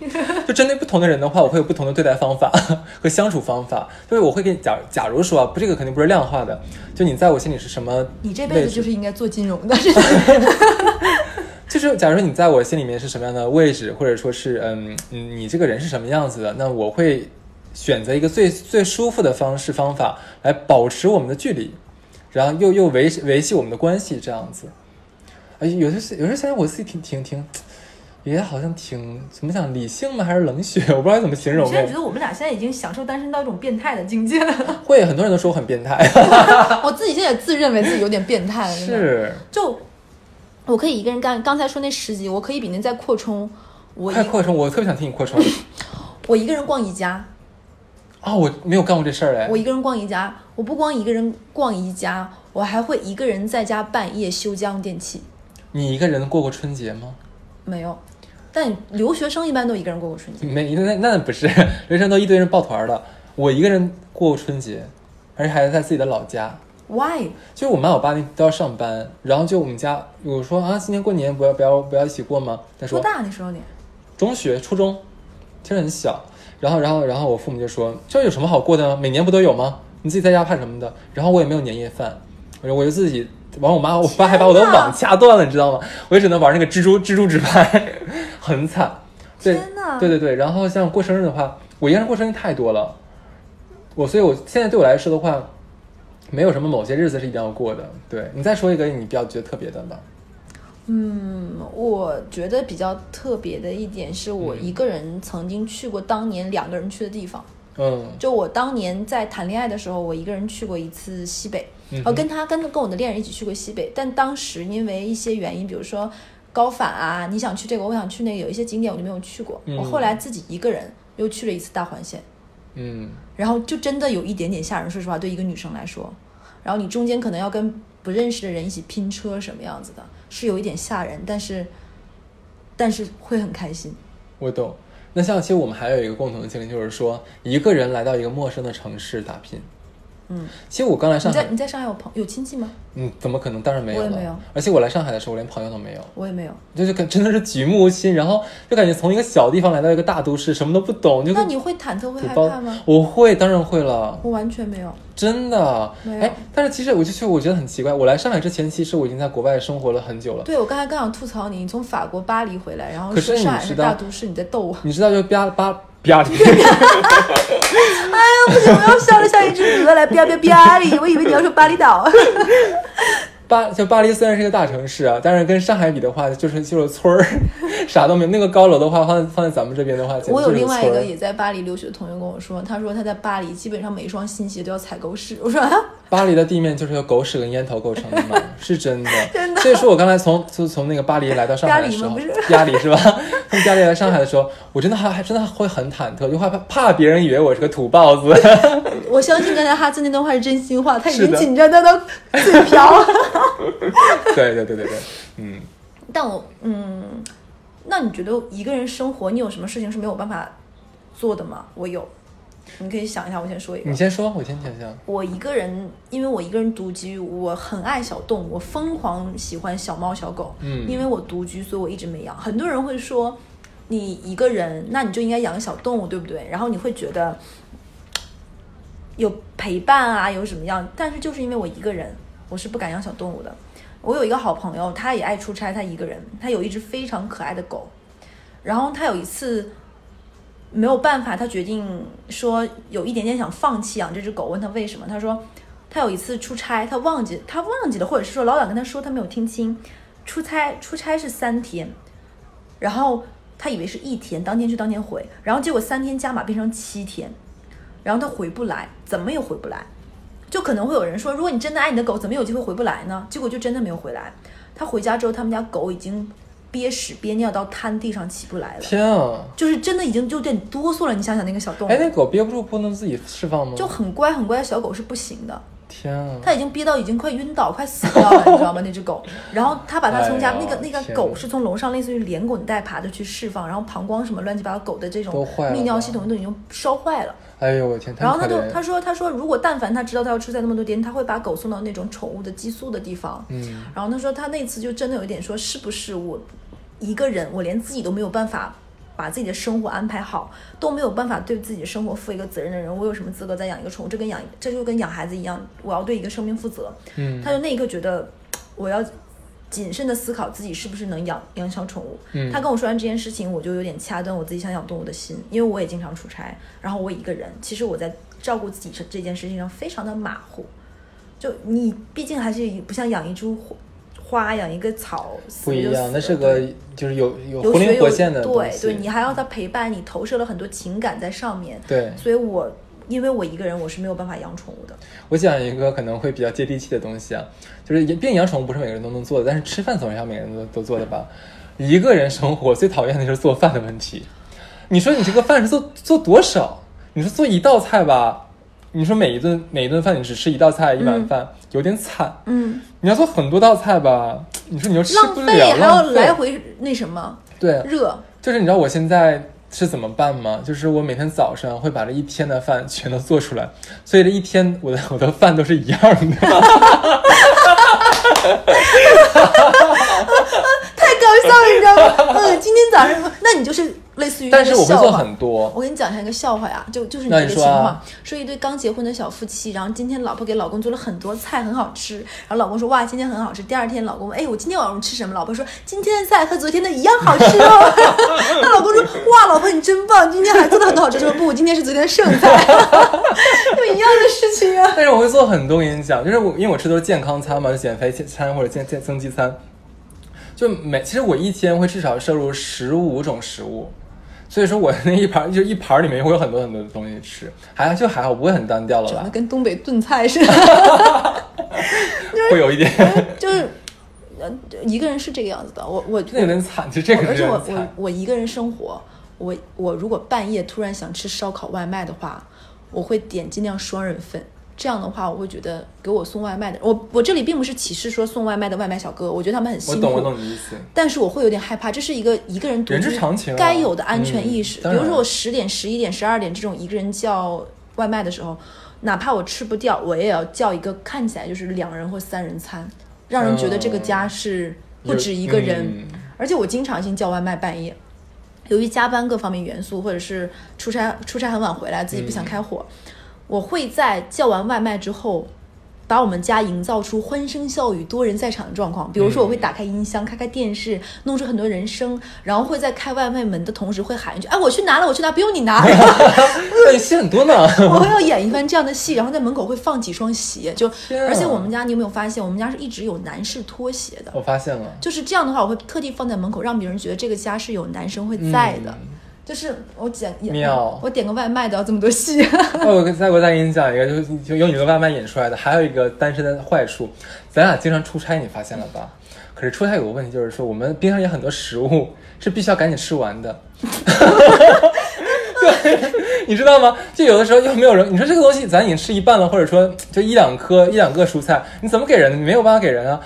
[SPEAKER 2] 就针对不同的人的话，我会有不同的对待方法 *laughs* 和相处方法。就是我会给假假如说啊，不，这个肯定不是量化的，就你在我心里是什么位置？
[SPEAKER 1] 你这辈子就是应该做金融
[SPEAKER 2] *laughs*
[SPEAKER 1] 的，
[SPEAKER 2] 就是，假如你在我心里面是什么样的位置，或者说是嗯，你你这个人是什么样子的，那我会选择一个最最舒服的方式方法来保持我们的距离，然后又又维维系我们的关系这样子。哎，有时候有时候想想我自己挺挺挺，也好像挺怎么讲理性吗？还是冷血？我不知道怎么形容
[SPEAKER 1] 我现在
[SPEAKER 2] 哎。
[SPEAKER 1] 觉得我们俩现在已经享受单身到一种变态的境界了。
[SPEAKER 2] 会很多人都说我很变态，
[SPEAKER 1] *laughs* 哦
[SPEAKER 2] *laughs*
[SPEAKER 1] 我自己现在也自认为自己有点变态了，真的
[SPEAKER 2] 是
[SPEAKER 1] 就我可以一个人干。刚才说那十集，我可以比那再扩充。我一
[SPEAKER 2] 快扩充，我特别想听你
[SPEAKER 1] *laughs*
[SPEAKER 2] 扩充
[SPEAKER 1] 我一个人逛宜家，
[SPEAKER 2] 啊、我没有干过这事儿哎
[SPEAKER 1] 我。一个人逛宜家，我不光一个人逛宜家，我还会一个人在家半夜修家用电器。
[SPEAKER 2] 你一个人过过春节吗？
[SPEAKER 1] 没有，但留学生一般都一个人过过春节。
[SPEAKER 2] *laughs* 没，那那不是，人生都一堆人抱团儿了，我一个人过春节，而且还在自己的老家。
[SPEAKER 1] Why？
[SPEAKER 2] 就是我妈我爸那都要上班，然后就我们家我说啊，今年过年不要不要不要一起过吗？他
[SPEAKER 1] 多
[SPEAKER 2] 说
[SPEAKER 1] 大那时候你？
[SPEAKER 2] 中学初中，其实很小。然后然后然后我父母就说，这有什么好过的呢？每年不都有吗？你自己在家怕什么的？然后我也没有年夜饭，我就我就自己完，我妈我爸还把我的
[SPEAKER 1] 天哪
[SPEAKER 2] 网掐断了，你知道吗？我就只能玩那个蜘蛛蜘蛛纸牌，很惨。对
[SPEAKER 1] 天哪
[SPEAKER 2] 对对对，然后像过生日的话，我一个人过生日太多了，我所以我现在对我来说的话，没有什么某些日子是一定要过的。对你再说一个你比较觉得特别的吧，
[SPEAKER 1] 嗯，我觉得比较特别的一点是我一个人曾经去过当年两个人去的地方。
[SPEAKER 2] 嗯
[SPEAKER 1] 就我当年在谈恋爱的时候，我一个人去过一次西北，
[SPEAKER 2] 嗯
[SPEAKER 1] 呃，跟他跟跟我的恋人一起去过西北，但当时因为一些原因，比如说高反啊，你想去这个，我想去那个，有一些景点我就没有去过。
[SPEAKER 2] 嗯
[SPEAKER 1] 我后来自己一个人又去了一次大环线，
[SPEAKER 2] 嗯，
[SPEAKER 1] 然后就真的有一点点吓人，说实话，对一个女生来说，然后你中间可能要跟不认识的人一起拼车什么样子的，是有一点吓人，但是但是会很开心。
[SPEAKER 2] 我懂。那像其实我们还有一个共同的经历，就是说一个人来到一个陌生的城市打拼。
[SPEAKER 1] 嗯，
[SPEAKER 2] 其实我刚来
[SPEAKER 1] 你
[SPEAKER 2] 上
[SPEAKER 1] 在
[SPEAKER 2] 海，
[SPEAKER 1] 你在上海有朋有亲戚吗？
[SPEAKER 2] 嗯，怎么可能？当然没有
[SPEAKER 1] 我也
[SPEAKER 2] 了。
[SPEAKER 1] 没有
[SPEAKER 2] 而且我来上海的时候，我连朋友都没有。
[SPEAKER 1] 我也没有。
[SPEAKER 2] 就是感真的是举目无亲，然后就感觉从一个小地方来到一个大都市，什么都不懂，就
[SPEAKER 1] 那
[SPEAKER 2] 跟
[SPEAKER 1] 你会忐忑会
[SPEAKER 2] 土
[SPEAKER 1] 害
[SPEAKER 2] 包
[SPEAKER 1] 怕吗？
[SPEAKER 2] 我会，当然会了，
[SPEAKER 1] 我完全没有。
[SPEAKER 2] 真的。
[SPEAKER 1] 没有
[SPEAKER 2] 哎，但是其实我就去，我觉得很奇怪。我来上海之前，其实我已经在国外生活了很久了。
[SPEAKER 1] 对，我刚才刚想吐槽你，你从法国巴黎回来，然后
[SPEAKER 2] 可是
[SPEAKER 1] 说
[SPEAKER 2] 你
[SPEAKER 1] 上海
[SPEAKER 2] 知
[SPEAKER 1] 是
[SPEAKER 2] 道
[SPEAKER 1] 大都市，你在逗我。
[SPEAKER 2] 你知道，就吧吧
[SPEAKER 1] *laughs*
[SPEAKER 2] 吧里，
[SPEAKER 1] 哎不行，我要笑的像一只鹅来吧吧吧哩，我以为你要说巴厘岛。
[SPEAKER 2] 巴就巴黎虽然是一个大城市啊，但是跟上海比的话，就是就是村儿， *laughs* 啥都没有。那个高楼的话，放在放在咱们这边的话，简直
[SPEAKER 1] 我有
[SPEAKER 2] 就是
[SPEAKER 1] 另外一
[SPEAKER 2] 村儿
[SPEAKER 1] 个也在巴黎留学的同学跟我说，他说他在巴黎基本上每一双新鞋都要采购试。我说啊，
[SPEAKER 2] 巴黎的地面就是由狗屎跟烟头构成的
[SPEAKER 1] *laughs*
[SPEAKER 2] 嘛，是真的。
[SPEAKER 1] 真的
[SPEAKER 2] 所以说我刚才从就从那个巴黎来到上海的时候
[SPEAKER 1] 鸭梨吗，
[SPEAKER 2] 压力是吧？从巴黎来上海的时候，我真的还还真的会很忐忑，就害怕怕别人以为我是个土豹子。 *laughs*
[SPEAKER 1] 我相信刚才哈斯那段话是真心话，他已
[SPEAKER 2] 是
[SPEAKER 1] 经
[SPEAKER 2] 的
[SPEAKER 1] 紧张到都嘴瓢
[SPEAKER 2] *laughs*
[SPEAKER 1] 了。
[SPEAKER 2] 对对对对对，嗯，
[SPEAKER 1] 但我嗯，那你觉得一个人生活，你有什么事情是没有办法做的吗？我有，你可以想一下，我先说一个。
[SPEAKER 2] 你先说，我先想想。
[SPEAKER 1] 我一个人，因为我一个人独居，我很爱小动物，我疯狂喜欢小猫小狗。
[SPEAKER 2] 嗯
[SPEAKER 1] 因为我独居，所以我一直没养。很多人会说，你一个人，那你就应该养小动物，对不对？然后你会觉得有陪伴啊，有什么样？但是就是因为我一个人，我是不敢养小动物的。我有一个好朋友，他也爱出差，他一个人，他有一只非常可爱的狗。然后他有一次没有办法，他决定说有一点点想放弃啊养这只狗，问他为什么，他说他有一次出差，他忘记他忘记了，或者是说老板跟他说他没有听清，出差出差是三天，然后他以为是一天，当天去当天回，然后结果三天加码变成七天，然后他回不来，怎么也回不来，就可能会有人说，如果你真的爱你的狗，怎么有机会回不来呢？结果就真的没有回来，他回家之后，他们家狗已经憋屎憋尿到瘫地上起不来了。
[SPEAKER 2] 天啊！
[SPEAKER 1] 就是真的已经就有点哆嗦了。你想想那个小动物
[SPEAKER 2] 哎，，那狗憋不住不能自己释放吗？
[SPEAKER 1] 就很乖很乖的小狗是不行的，
[SPEAKER 2] 天啊！
[SPEAKER 1] 它已经憋到已经快晕倒、快死掉了，你知道吗？那只
[SPEAKER 2] *laughs*
[SPEAKER 1] 狗，然后他把它从家、
[SPEAKER 2] 哎呦
[SPEAKER 1] 那个那个
[SPEAKER 2] 天
[SPEAKER 1] 狗
[SPEAKER 2] 哪
[SPEAKER 1] 是从楼上类似于连滚带爬的去释放，然后膀胱什么乱七八糟狗的这种
[SPEAKER 2] 都坏了
[SPEAKER 1] 泌尿
[SPEAKER 2] 吧
[SPEAKER 1] 系统都已经烧坏了。
[SPEAKER 2] 哎呦我天！太
[SPEAKER 1] 然后他
[SPEAKER 2] 可
[SPEAKER 1] 就
[SPEAKER 2] 怜
[SPEAKER 1] 他说他说如果但凡他知道他要出差那么多天，他会把狗送到那种宠物的寄宿的地方。
[SPEAKER 2] 嗯，
[SPEAKER 1] 然后他说他那次就真的有一点说是不是我一个人，我连自己都没有办法把自己的生活安排好，都没有办法对自己的生活负一个责任的人，我有什么资格再养一个宠物？这跟养这就跟养孩子一样，我要对一个生命负责。
[SPEAKER 2] 嗯
[SPEAKER 1] 他就那一刻觉得我要。谨慎的思考自己是不是能养养小宠物。
[SPEAKER 2] 嗯
[SPEAKER 1] 他跟我说完这件事情，我就有点掐断我自己想养动物的心，因为我也经常出差，然后我一个人，其实我在照顾自己这这件事情上非常的马虎。就你毕竟还是不像养一株花花，养一个草，死
[SPEAKER 2] 不
[SPEAKER 1] 了
[SPEAKER 2] 一
[SPEAKER 1] 就死
[SPEAKER 2] 样，那
[SPEAKER 1] 了
[SPEAKER 2] 是个就是有有
[SPEAKER 1] 有
[SPEAKER 2] 活
[SPEAKER 1] 血
[SPEAKER 2] 灵
[SPEAKER 1] 有
[SPEAKER 2] 活现的东
[SPEAKER 1] 对
[SPEAKER 2] 西嗯
[SPEAKER 1] 对，你还要它陪伴你，投射了很多情感在上面。
[SPEAKER 2] 对
[SPEAKER 1] 所以我因为我一个人，我是没有办法养宠物的。
[SPEAKER 2] 我讲一个可能会比较接地气的东西啊，就是并养宠物不是每个人都能做的，但是吃饭总是要每个人都都做的吧。一个人生活最讨厌的就是做饭的问题。你说你这个饭是做做多少？你说做一道菜吧，你说每一顿每一顿饭你只吃一道菜一碗饭，有点惨。
[SPEAKER 1] 嗯，
[SPEAKER 2] 你要做很多道菜吧，你说你又吃
[SPEAKER 1] 浪
[SPEAKER 2] 不
[SPEAKER 1] 费
[SPEAKER 2] 了，
[SPEAKER 1] 还要
[SPEAKER 2] 浪费呃
[SPEAKER 1] 来回那什么
[SPEAKER 2] 对，
[SPEAKER 1] 热，
[SPEAKER 2] 就是你知道我现在是怎么办吗？就是我每天早上会把这一天的饭全都做出来，所以这一天我的 *laughs* 我的饭都是一样
[SPEAKER 1] *laughs*
[SPEAKER 2] 的。
[SPEAKER 1] 太搞笑了，你知道吗？嗯，今天早
[SPEAKER 2] *laughs*
[SPEAKER 1] 上，那你就是类似于
[SPEAKER 2] 但是
[SPEAKER 1] 那个
[SPEAKER 2] 我会
[SPEAKER 1] 笑
[SPEAKER 2] 做
[SPEAKER 1] 话
[SPEAKER 2] 很多，
[SPEAKER 1] 我跟你讲一下一个笑话呀，就就是你
[SPEAKER 2] 那
[SPEAKER 1] 这
[SPEAKER 2] 你
[SPEAKER 1] 个情
[SPEAKER 2] 说啊
[SPEAKER 1] 况，说一对刚结婚的小夫妻，然后今天老婆给老公做了很多菜，很好吃，然后老公说哇今天很好吃，第二天老公问哎我今天晚上吃什么？老婆说今天的菜和昨天的一样好吃哦， *laughs* 那老公说哇老婆你真棒，今天还做的很好吃，说不我今天是昨天的剩菜， *laughs* 就一样的事情啊。
[SPEAKER 2] 但是我会做很多。我跟你讲，就是我因为我吃的都是健康餐嘛，就减肥餐或者健健增肌餐，就每其实我一天会至少摄入十五种食物。所以说我那一盘就一盘里面会有很多很多的东西吃，还就还好不会很单调了
[SPEAKER 1] 长得
[SPEAKER 2] 吧？
[SPEAKER 1] 跟东北炖菜似的。
[SPEAKER 2] 会有一点，
[SPEAKER 1] *laughs*
[SPEAKER 2] *laughs*
[SPEAKER 1] 就是，呃，一个人是这个样子的。我我
[SPEAKER 2] 那有点惨，就这个
[SPEAKER 1] 而
[SPEAKER 2] 是
[SPEAKER 1] 且我
[SPEAKER 2] 很
[SPEAKER 1] 我
[SPEAKER 2] 惨。
[SPEAKER 1] 我一个人生活，我我如果半夜突然想吃烧烤外卖的话，我会点尽量双人份。这样的话，我会觉得给我送外卖的，我我这里并不是歧视说送外卖的外卖小哥，我觉得他们很
[SPEAKER 2] 我
[SPEAKER 1] 辛苦。
[SPEAKER 2] 懂我懂你的意思。
[SPEAKER 1] 但是我会有点害怕，这是一个一个人独
[SPEAKER 2] 人
[SPEAKER 1] 居
[SPEAKER 2] 之常情啊
[SPEAKER 1] 该有的安全意识。
[SPEAKER 2] 嗯当
[SPEAKER 1] 比
[SPEAKER 2] 然
[SPEAKER 1] 如说我十点、十一点、十二点这种一个人叫外卖的时候，哪怕我吃不掉，我也要叫一个看起来就是两人或三人餐，让人觉得这个家是不止一个人。
[SPEAKER 2] 嗯
[SPEAKER 1] 而且我经常性叫外卖半夜，由于加班各方面元素，或者是出差出差很晚回来，自己不想开火，我会在叫完外卖之后。把我们家营造出欢声笑语、多人在场的状况。比如说，我会打开音箱、开开电视，弄出很多人声，然后会在开外卖门的同时会喊一句：“哎，我去拿了，我去拿，不用你拿。
[SPEAKER 2] *laughs* 那你戏很呃多呢。”
[SPEAKER 1] 我会要演一番这样的戏，然后在门口会放几双鞋。就，
[SPEAKER 2] 天啊
[SPEAKER 1] 而且我们家你有没有发现，我们家是一直有男士拖鞋的。
[SPEAKER 2] 我发现了，
[SPEAKER 1] 就是这样的话，我会特地放在门口，让别人觉得这个家是有男生会 *laughs* 在的。就是我点点
[SPEAKER 2] 嗯妙
[SPEAKER 1] 我点个外卖都要这么多戏，
[SPEAKER 2] *laughs* 哦我有个再给我再给你讲一个，就是就由你的外卖引出来的，还有一个单身的坏处，咱俩经常出差，你发现了吧？可是出差有个问题，就是说我们冰箱里很多食物是必须要赶紧吃完的。对， *laughs* 你知道吗？就有的时候又没有人，你说这个东西咱已经吃一半了，或者说就一两颗一两个蔬菜，你怎么给人呢？你没有办法给人啊。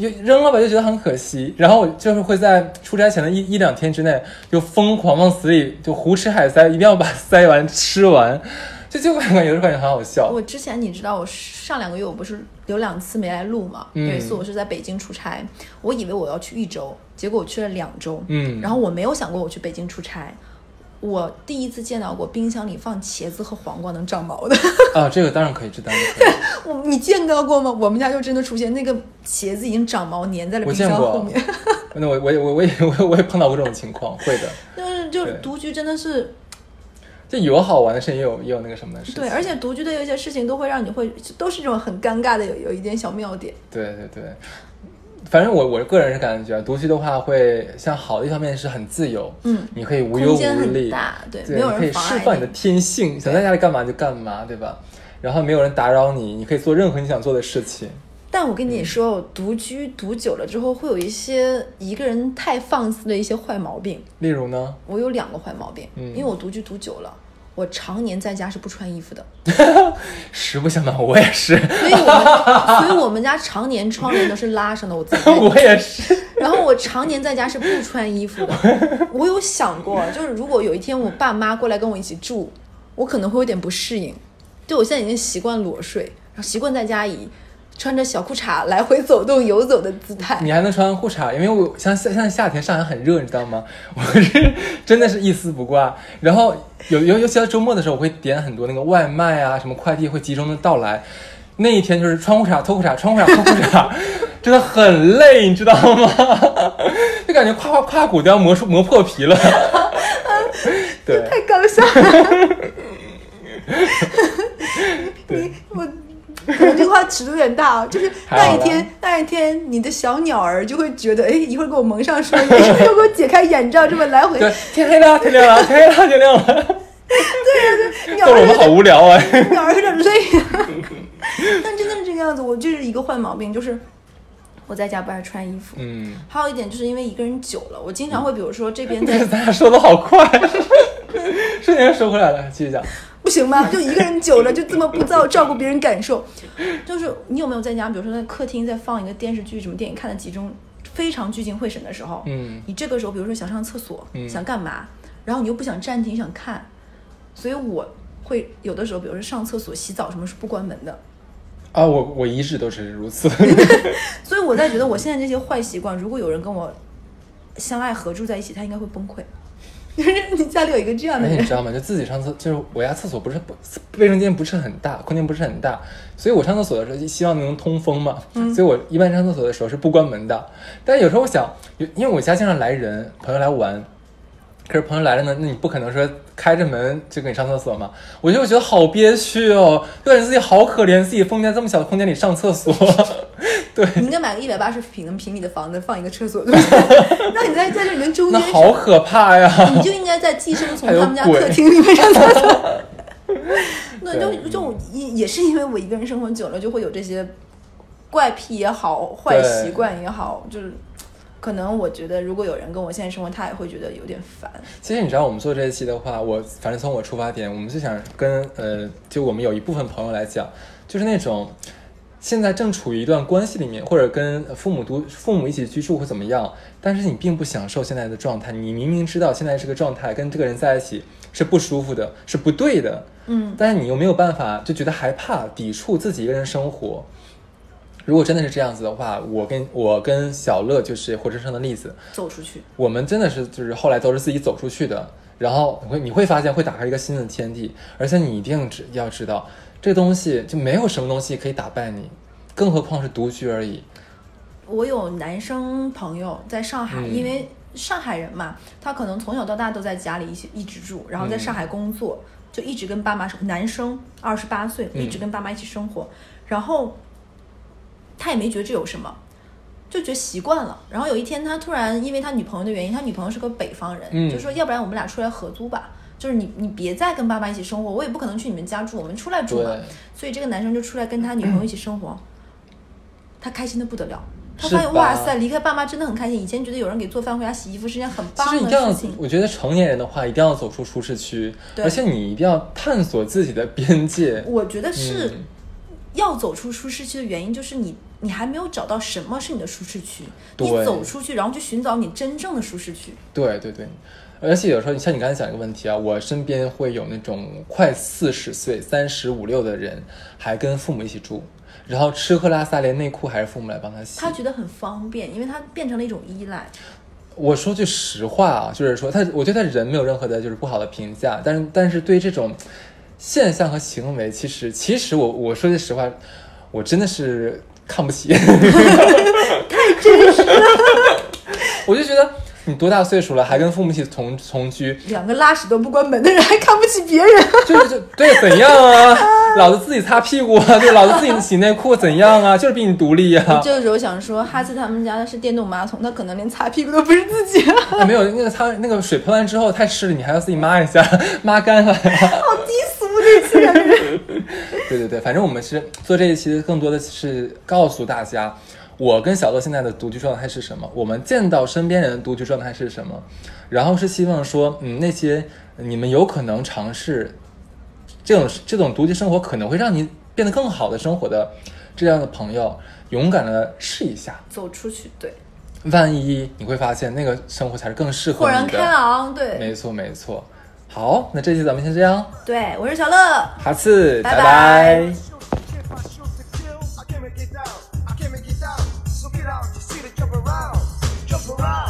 [SPEAKER 2] 就扔了吧，就觉得很可惜。然后我就是会在出差前的一一两天之内，就疯狂往死里就胡吃海塞，一定要把塞完吃完，就就感觉有时候感觉很好笑。
[SPEAKER 1] 我之前你知道，我上两个月我不是有两次没来录嘛？
[SPEAKER 2] 嗯
[SPEAKER 1] 有一次我是在北京出差，我以为我要去一周，结果我去了两周。
[SPEAKER 2] 嗯
[SPEAKER 1] 然后我没有想过我去北京出差，我第一次见到过冰箱里放茄子和黄瓜能长毛的。 *laughs*
[SPEAKER 2] 啊，这个当然可以，这当然可以。
[SPEAKER 1] 我你见到过吗？我们家就真的出现那个茄子已经长毛粘在了
[SPEAKER 2] 我
[SPEAKER 1] 冰
[SPEAKER 2] 见
[SPEAKER 1] 箱后
[SPEAKER 2] 过
[SPEAKER 1] 面。， *laughs*
[SPEAKER 2] 那我我也我我也我也我也碰到过这种情况，会的。
[SPEAKER 1] 就是就是
[SPEAKER 2] 对
[SPEAKER 1] 独居真的是
[SPEAKER 2] 这有好玩的事情，也有也有那个什么的事情。
[SPEAKER 1] 对，而且独居的有一些事情都会让你会，都是这种很尴尬的有有一点小妙点。
[SPEAKER 2] 对对对，反正我我个人是感觉，独居的话会像好的一方面是很自由，
[SPEAKER 1] 嗯，
[SPEAKER 2] 你可以无忧
[SPEAKER 1] 空间
[SPEAKER 2] 无
[SPEAKER 1] 很
[SPEAKER 2] 虑，
[SPEAKER 1] 大，对，
[SPEAKER 2] 对，
[SPEAKER 1] 没有
[SPEAKER 2] 你可以
[SPEAKER 1] 人妨
[SPEAKER 2] 释
[SPEAKER 1] 碍
[SPEAKER 2] 放你的天性，想在家里干嘛就干嘛，对吧？然后没有人打扰你，你可以做任何你想做的事情。
[SPEAKER 1] 但我跟
[SPEAKER 2] 嗯
[SPEAKER 1] 你说，独居独久了之后，会有一些一个人太放肆的一些坏毛病。
[SPEAKER 2] 例如呢，
[SPEAKER 1] 我有两个坏毛病，
[SPEAKER 2] 嗯
[SPEAKER 1] 因为我独居独久了，我常年在家是不穿衣服的，
[SPEAKER 2] 实不相瞒，我也是， *laughs*
[SPEAKER 1] 所以我们所以我们家常年窗帘都是拉上的，我自己
[SPEAKER 2] *laughs*
[SPEAKER 1] 在
[SPEAKER 2] 我也是，
[SPEAKER 1] 然后我常年在家是不穿衣服的。我有想过，就是如果有一天我爸妈过来跟我一起住，我可能会有点不适应。对我现在已经习惯裸睡，然后习惯在家以穿着小裤衩来回走动游走的姿态。
[SPEAKER 2] 你还能穿裤衩，因为我像现现在夏天上海很热，你知道吗？ *laughs* 我是真的是一丝不挂。然后有尤尤其到周末的时候，我会点很多那个外卖啊，什么快递会集中的到来。那一天就是穿裤衩脱裤衩，穿裤衩脱裤衩， *laughs* 真的很累，你知道吗？ *laughs* 就感觉胯胯胯骨都要磨出磨破皮了。 *laughs* 对，
[SPEAKER 1] *laughs* 太搞笑了！
[SPEAKER 2] *laughs*
[SPEAKER 1] 你 *laughs* 我。可能这话尺度有点大啊，就是那一
[SPEAKER 2] 还好
[SPEAKER 1] 天
[SPEAKER 2] 吧，
[SPEAKER 1] 那一天，你的小鸟儿就会觉得，哎，一会儿给我蒙上双眼， *laughs* 一会儿给我解开眼罩，这么来回，
[SPEAKER 2] 对，天黑了，天亮了，天黑了，天亮了，
[SPEAKER 1] 鸟
[SPEAKER 2] 逗
[SPEAKER 1] 儿
[SPEAKER 2] 得我们好无聊啊！ *laughs*
[SPEAKER 1] 鸟儿有点累、 *laughs* 啊，但真的是这个样子。我就是一个坏毛病，就是我在家不爱穿衣服。
[SPEAKER 2] 嗯， *laughs*
[SPEAKER 1] 还有一点就是因为一个人久了，我经常会，比如说这边
[SPEAKER 2] 但 *laughs* 是
[SPEAKER 1] 在
[SPEAKER 2] 咱俩说的好快，瞬间收回来了，继续讲。
[SPEAKER 1] 不行吗？就一个人久了就这么不照照顾别人感受，就是你有没有在家，比如说在客厅在放一个电视剧什么电影看的集中，非常聚精会神的时候，
[SPEAKER 2] 嗯
[SPEAKER 1] 你这个时候比如说想上厕所，
[SPEAKER 2] 嗯
[SPEAKER 1] 想干嘛，然后你又不想暂停想看，所以我会有的时候，比如说上厕所、洗澡什么是不关门的。
[SPEAKER 2] 啊，我我一直都是如此。 *laughs*
[SPEAKER 1] 所以我在觉得我现在这些坏习惯，如果有人跟我相爱合住在一起，他应该会崩溃。 *laughs* 就是你家里有一个这样的
[SPEAKER 2] 而且你
[SPEAKER 1] 人
[SPEAKER 2] 知，道吗？就自己上厕，就是我家厕所不是不卫生间不是很大，空间不是很大，所以我上厕所的时候就希望能通风嘛。所以我一般上厕所的时候是不关门的。但有时候我想，有因为我家经常来人，朋友来玩，可是朋友来了呢，那你不可能说开着门就给你上厕所嘛。我就觉得好憋屈哦，就感觉自己好可怜，自己封在这么小的空间里上厕所。对，
[SPEAKER 1] 你应该买个一百八十平平米的房子，放一个厕所，对不对？ *laughs* 让你在在这里面中
[SPEAKER 2] *laughs* 那
[SPEAKER 1] 间，
[SPEAKER 2] 好啊哎可怕呀！
[SPEAKER 1] 你就应该在寄生虫
[SPEAKER 2] 还有
[SPEAKER 1] 他们家 *laughs*
[SPEAKER 2] 鬼
[SPEAKER 1] 客厅里面上厕所。对，
[SPEAKER 2] 对
[SPEAKER 1] 就就也也是因为我一个人生活久了，就会有这些怪癖也好，坏习惯也好，就是可能我觉得如果有人跟我现在生活，他也会觉得有点烦。
[SPEAKER 2] 其实你知道，我们做这一期的话，我反正从我出发点，我们是想跟呃，就我们有一部分朋友来讲，就是那种现在正处于一段关系里面，或者跟父母独父母一起居住或怎么样，但是你并不享受现在的状态，你明明知道现在这个状态跟这个人在一起是不舒服的，是不对的，
[SPEAKER 1] 嗯，
[SPEAKER 2] 但是你又没有办法，就觉得害怕，抵触自己一个人生活。如果真的是这样子的话，我跟我跟小乐就是活生生的例子，
[SPEAKER 1] 走出去。
[SPEAKER 2] 我们真的是就是后来都是自己走出去的，然后你会你会发现会打开一个新的天地，而且你一定知要知道，这东西就没有什么东西可以打败你，更何况是独居而已。
[SPEAKER 1] 我有男生朋友在上海，
[SPEAKER 2] 嗯
[SPEAKER 1] 因为上海人嘛，他可能从小到大都在家里一起一直住，然后在
[SPEAKER 2] 嗯
[SPEAKER 1] 上海工作，就一直跟爸妈生。男生二十八岁，
[SPEAKER 2] 嗯
[SPEAKER 1] 一直跟爸妈一起生活，然后他也没觉得这有什么。就觉得习惯了，然后有一天他突然因为他女朋友的原因，他女朋友是个北方人，
[SPEAKER 2] 嗯
[SPEAKER 1] 就说要不然我们俩出来合租吧，就是你你别再跟爸妈一起生活，我也不可能去你们家住，我们出来住嘛
[SPEAKER 2] 对。
[SPEAKER 1] 所以这个男生就出来跟他女朋友一起生活， *clears throat* 他开心的不得了。他
[SPEAKER 2] 是
[SPEAKER 1] 发现
[SPEAKER 2] 吧
[SPEAKER 1] 哇塞，离开爸妈真的很开心。以前觉得有人给做饭、回家啊洗衣服是件很
[SPEAKER 2] 其实
[SPEAKER 1] 棒
[SPEAKER 2] 一定要
[SPEAKER 1] 的事情，，
[SPEAKER 2] 我觉得成年人的话一定要走出舒适区，
[SPEAKER 1] 对
[SPEAKER 2] 而且你一定要探索自己的边界。
[SPEAKER 1] 我觉得是
[SPEAKER 2] 嗯
[SPEAKER 1] 要走出舒适区的原因，就是你你还没有找到什么是你的舒适区，
[SPEAKER 2] 对
[SPEAKER 1] 你走出去，然后去寻找你真正的舒适区。
[SPEAKER 2] 对对对，而且有时候像你刚才讲一个问题啊，我身边会有那种快四十岁、三十五六的人，还跟父母一起住，然后吃喝拉撒连内裤还是父母来帮他洗。
[SPEAKER 1] 他觉得很方便，因为他变成了一种依赖。
[SPEAKER 2] 我说句实话啊，就是说他，我对他人没有任何的就是不好的评价，但是但是对这种现象和行为，其实其实我我说句实话，我真的 *laughs* 是看不起，太真实了，我就觉得。你多大岁数了，还跟父母一起同同居，
[SPEAKER 1] 两个拉屎都不关门的人还看不起别 *laughs* 人，
[SPEAKER 2] 就是就对怎样啊？老子自己擦屁股啊，对，老子自己洗内裤怎样啊？就是比你独立呀、
[SPEAKER 1] 这个时候想说，哈斯他们家的是电动马桶，他可能连擦屁股都不是自己，好
[SPEAKER 2] 哎没有那个擦那个水喷完之后太湿了，你还要自己抹一下，抹干了。
[SPEAKER 1] 低俗这些人。
[SPEAKER 2] 对对对，反正我们是做这一期，更多的是告诉大家，我跟小乐现在的独居状态是什么，我们见到身边人的独居状态是什么，然后是希望说，嗯，那些你们有可能尝试这种这种独居生活，可能会让你变得更好的生活的这样的朋友，勇敢的试一下，
[SPEAKER 1] 走出去，对，
[SPEAKER 2] 万一你会发现那个生活才是更适合
[SPEAKER 1] 豁然
[SPEAKER 2] 你
[SPEAKER 1] 开
[SPEAKER 2] 的。
[SPEAKER 1] 朗，对，
[SPEAKER 2] 没错没错，好，那这期咱们先这样，
[SPEAKER 1] 对，我是小乐。
[SPEAKER 2] 哈次，
[SPEAKER 1] 拜
[SPEAKER 2] 拜
[SPEAKER 1] 拜
[SPEAKER 3] shoot the chip, I shoot the kill. I can't make it down, I can't make it down. So get out, you see the jump around, jump around.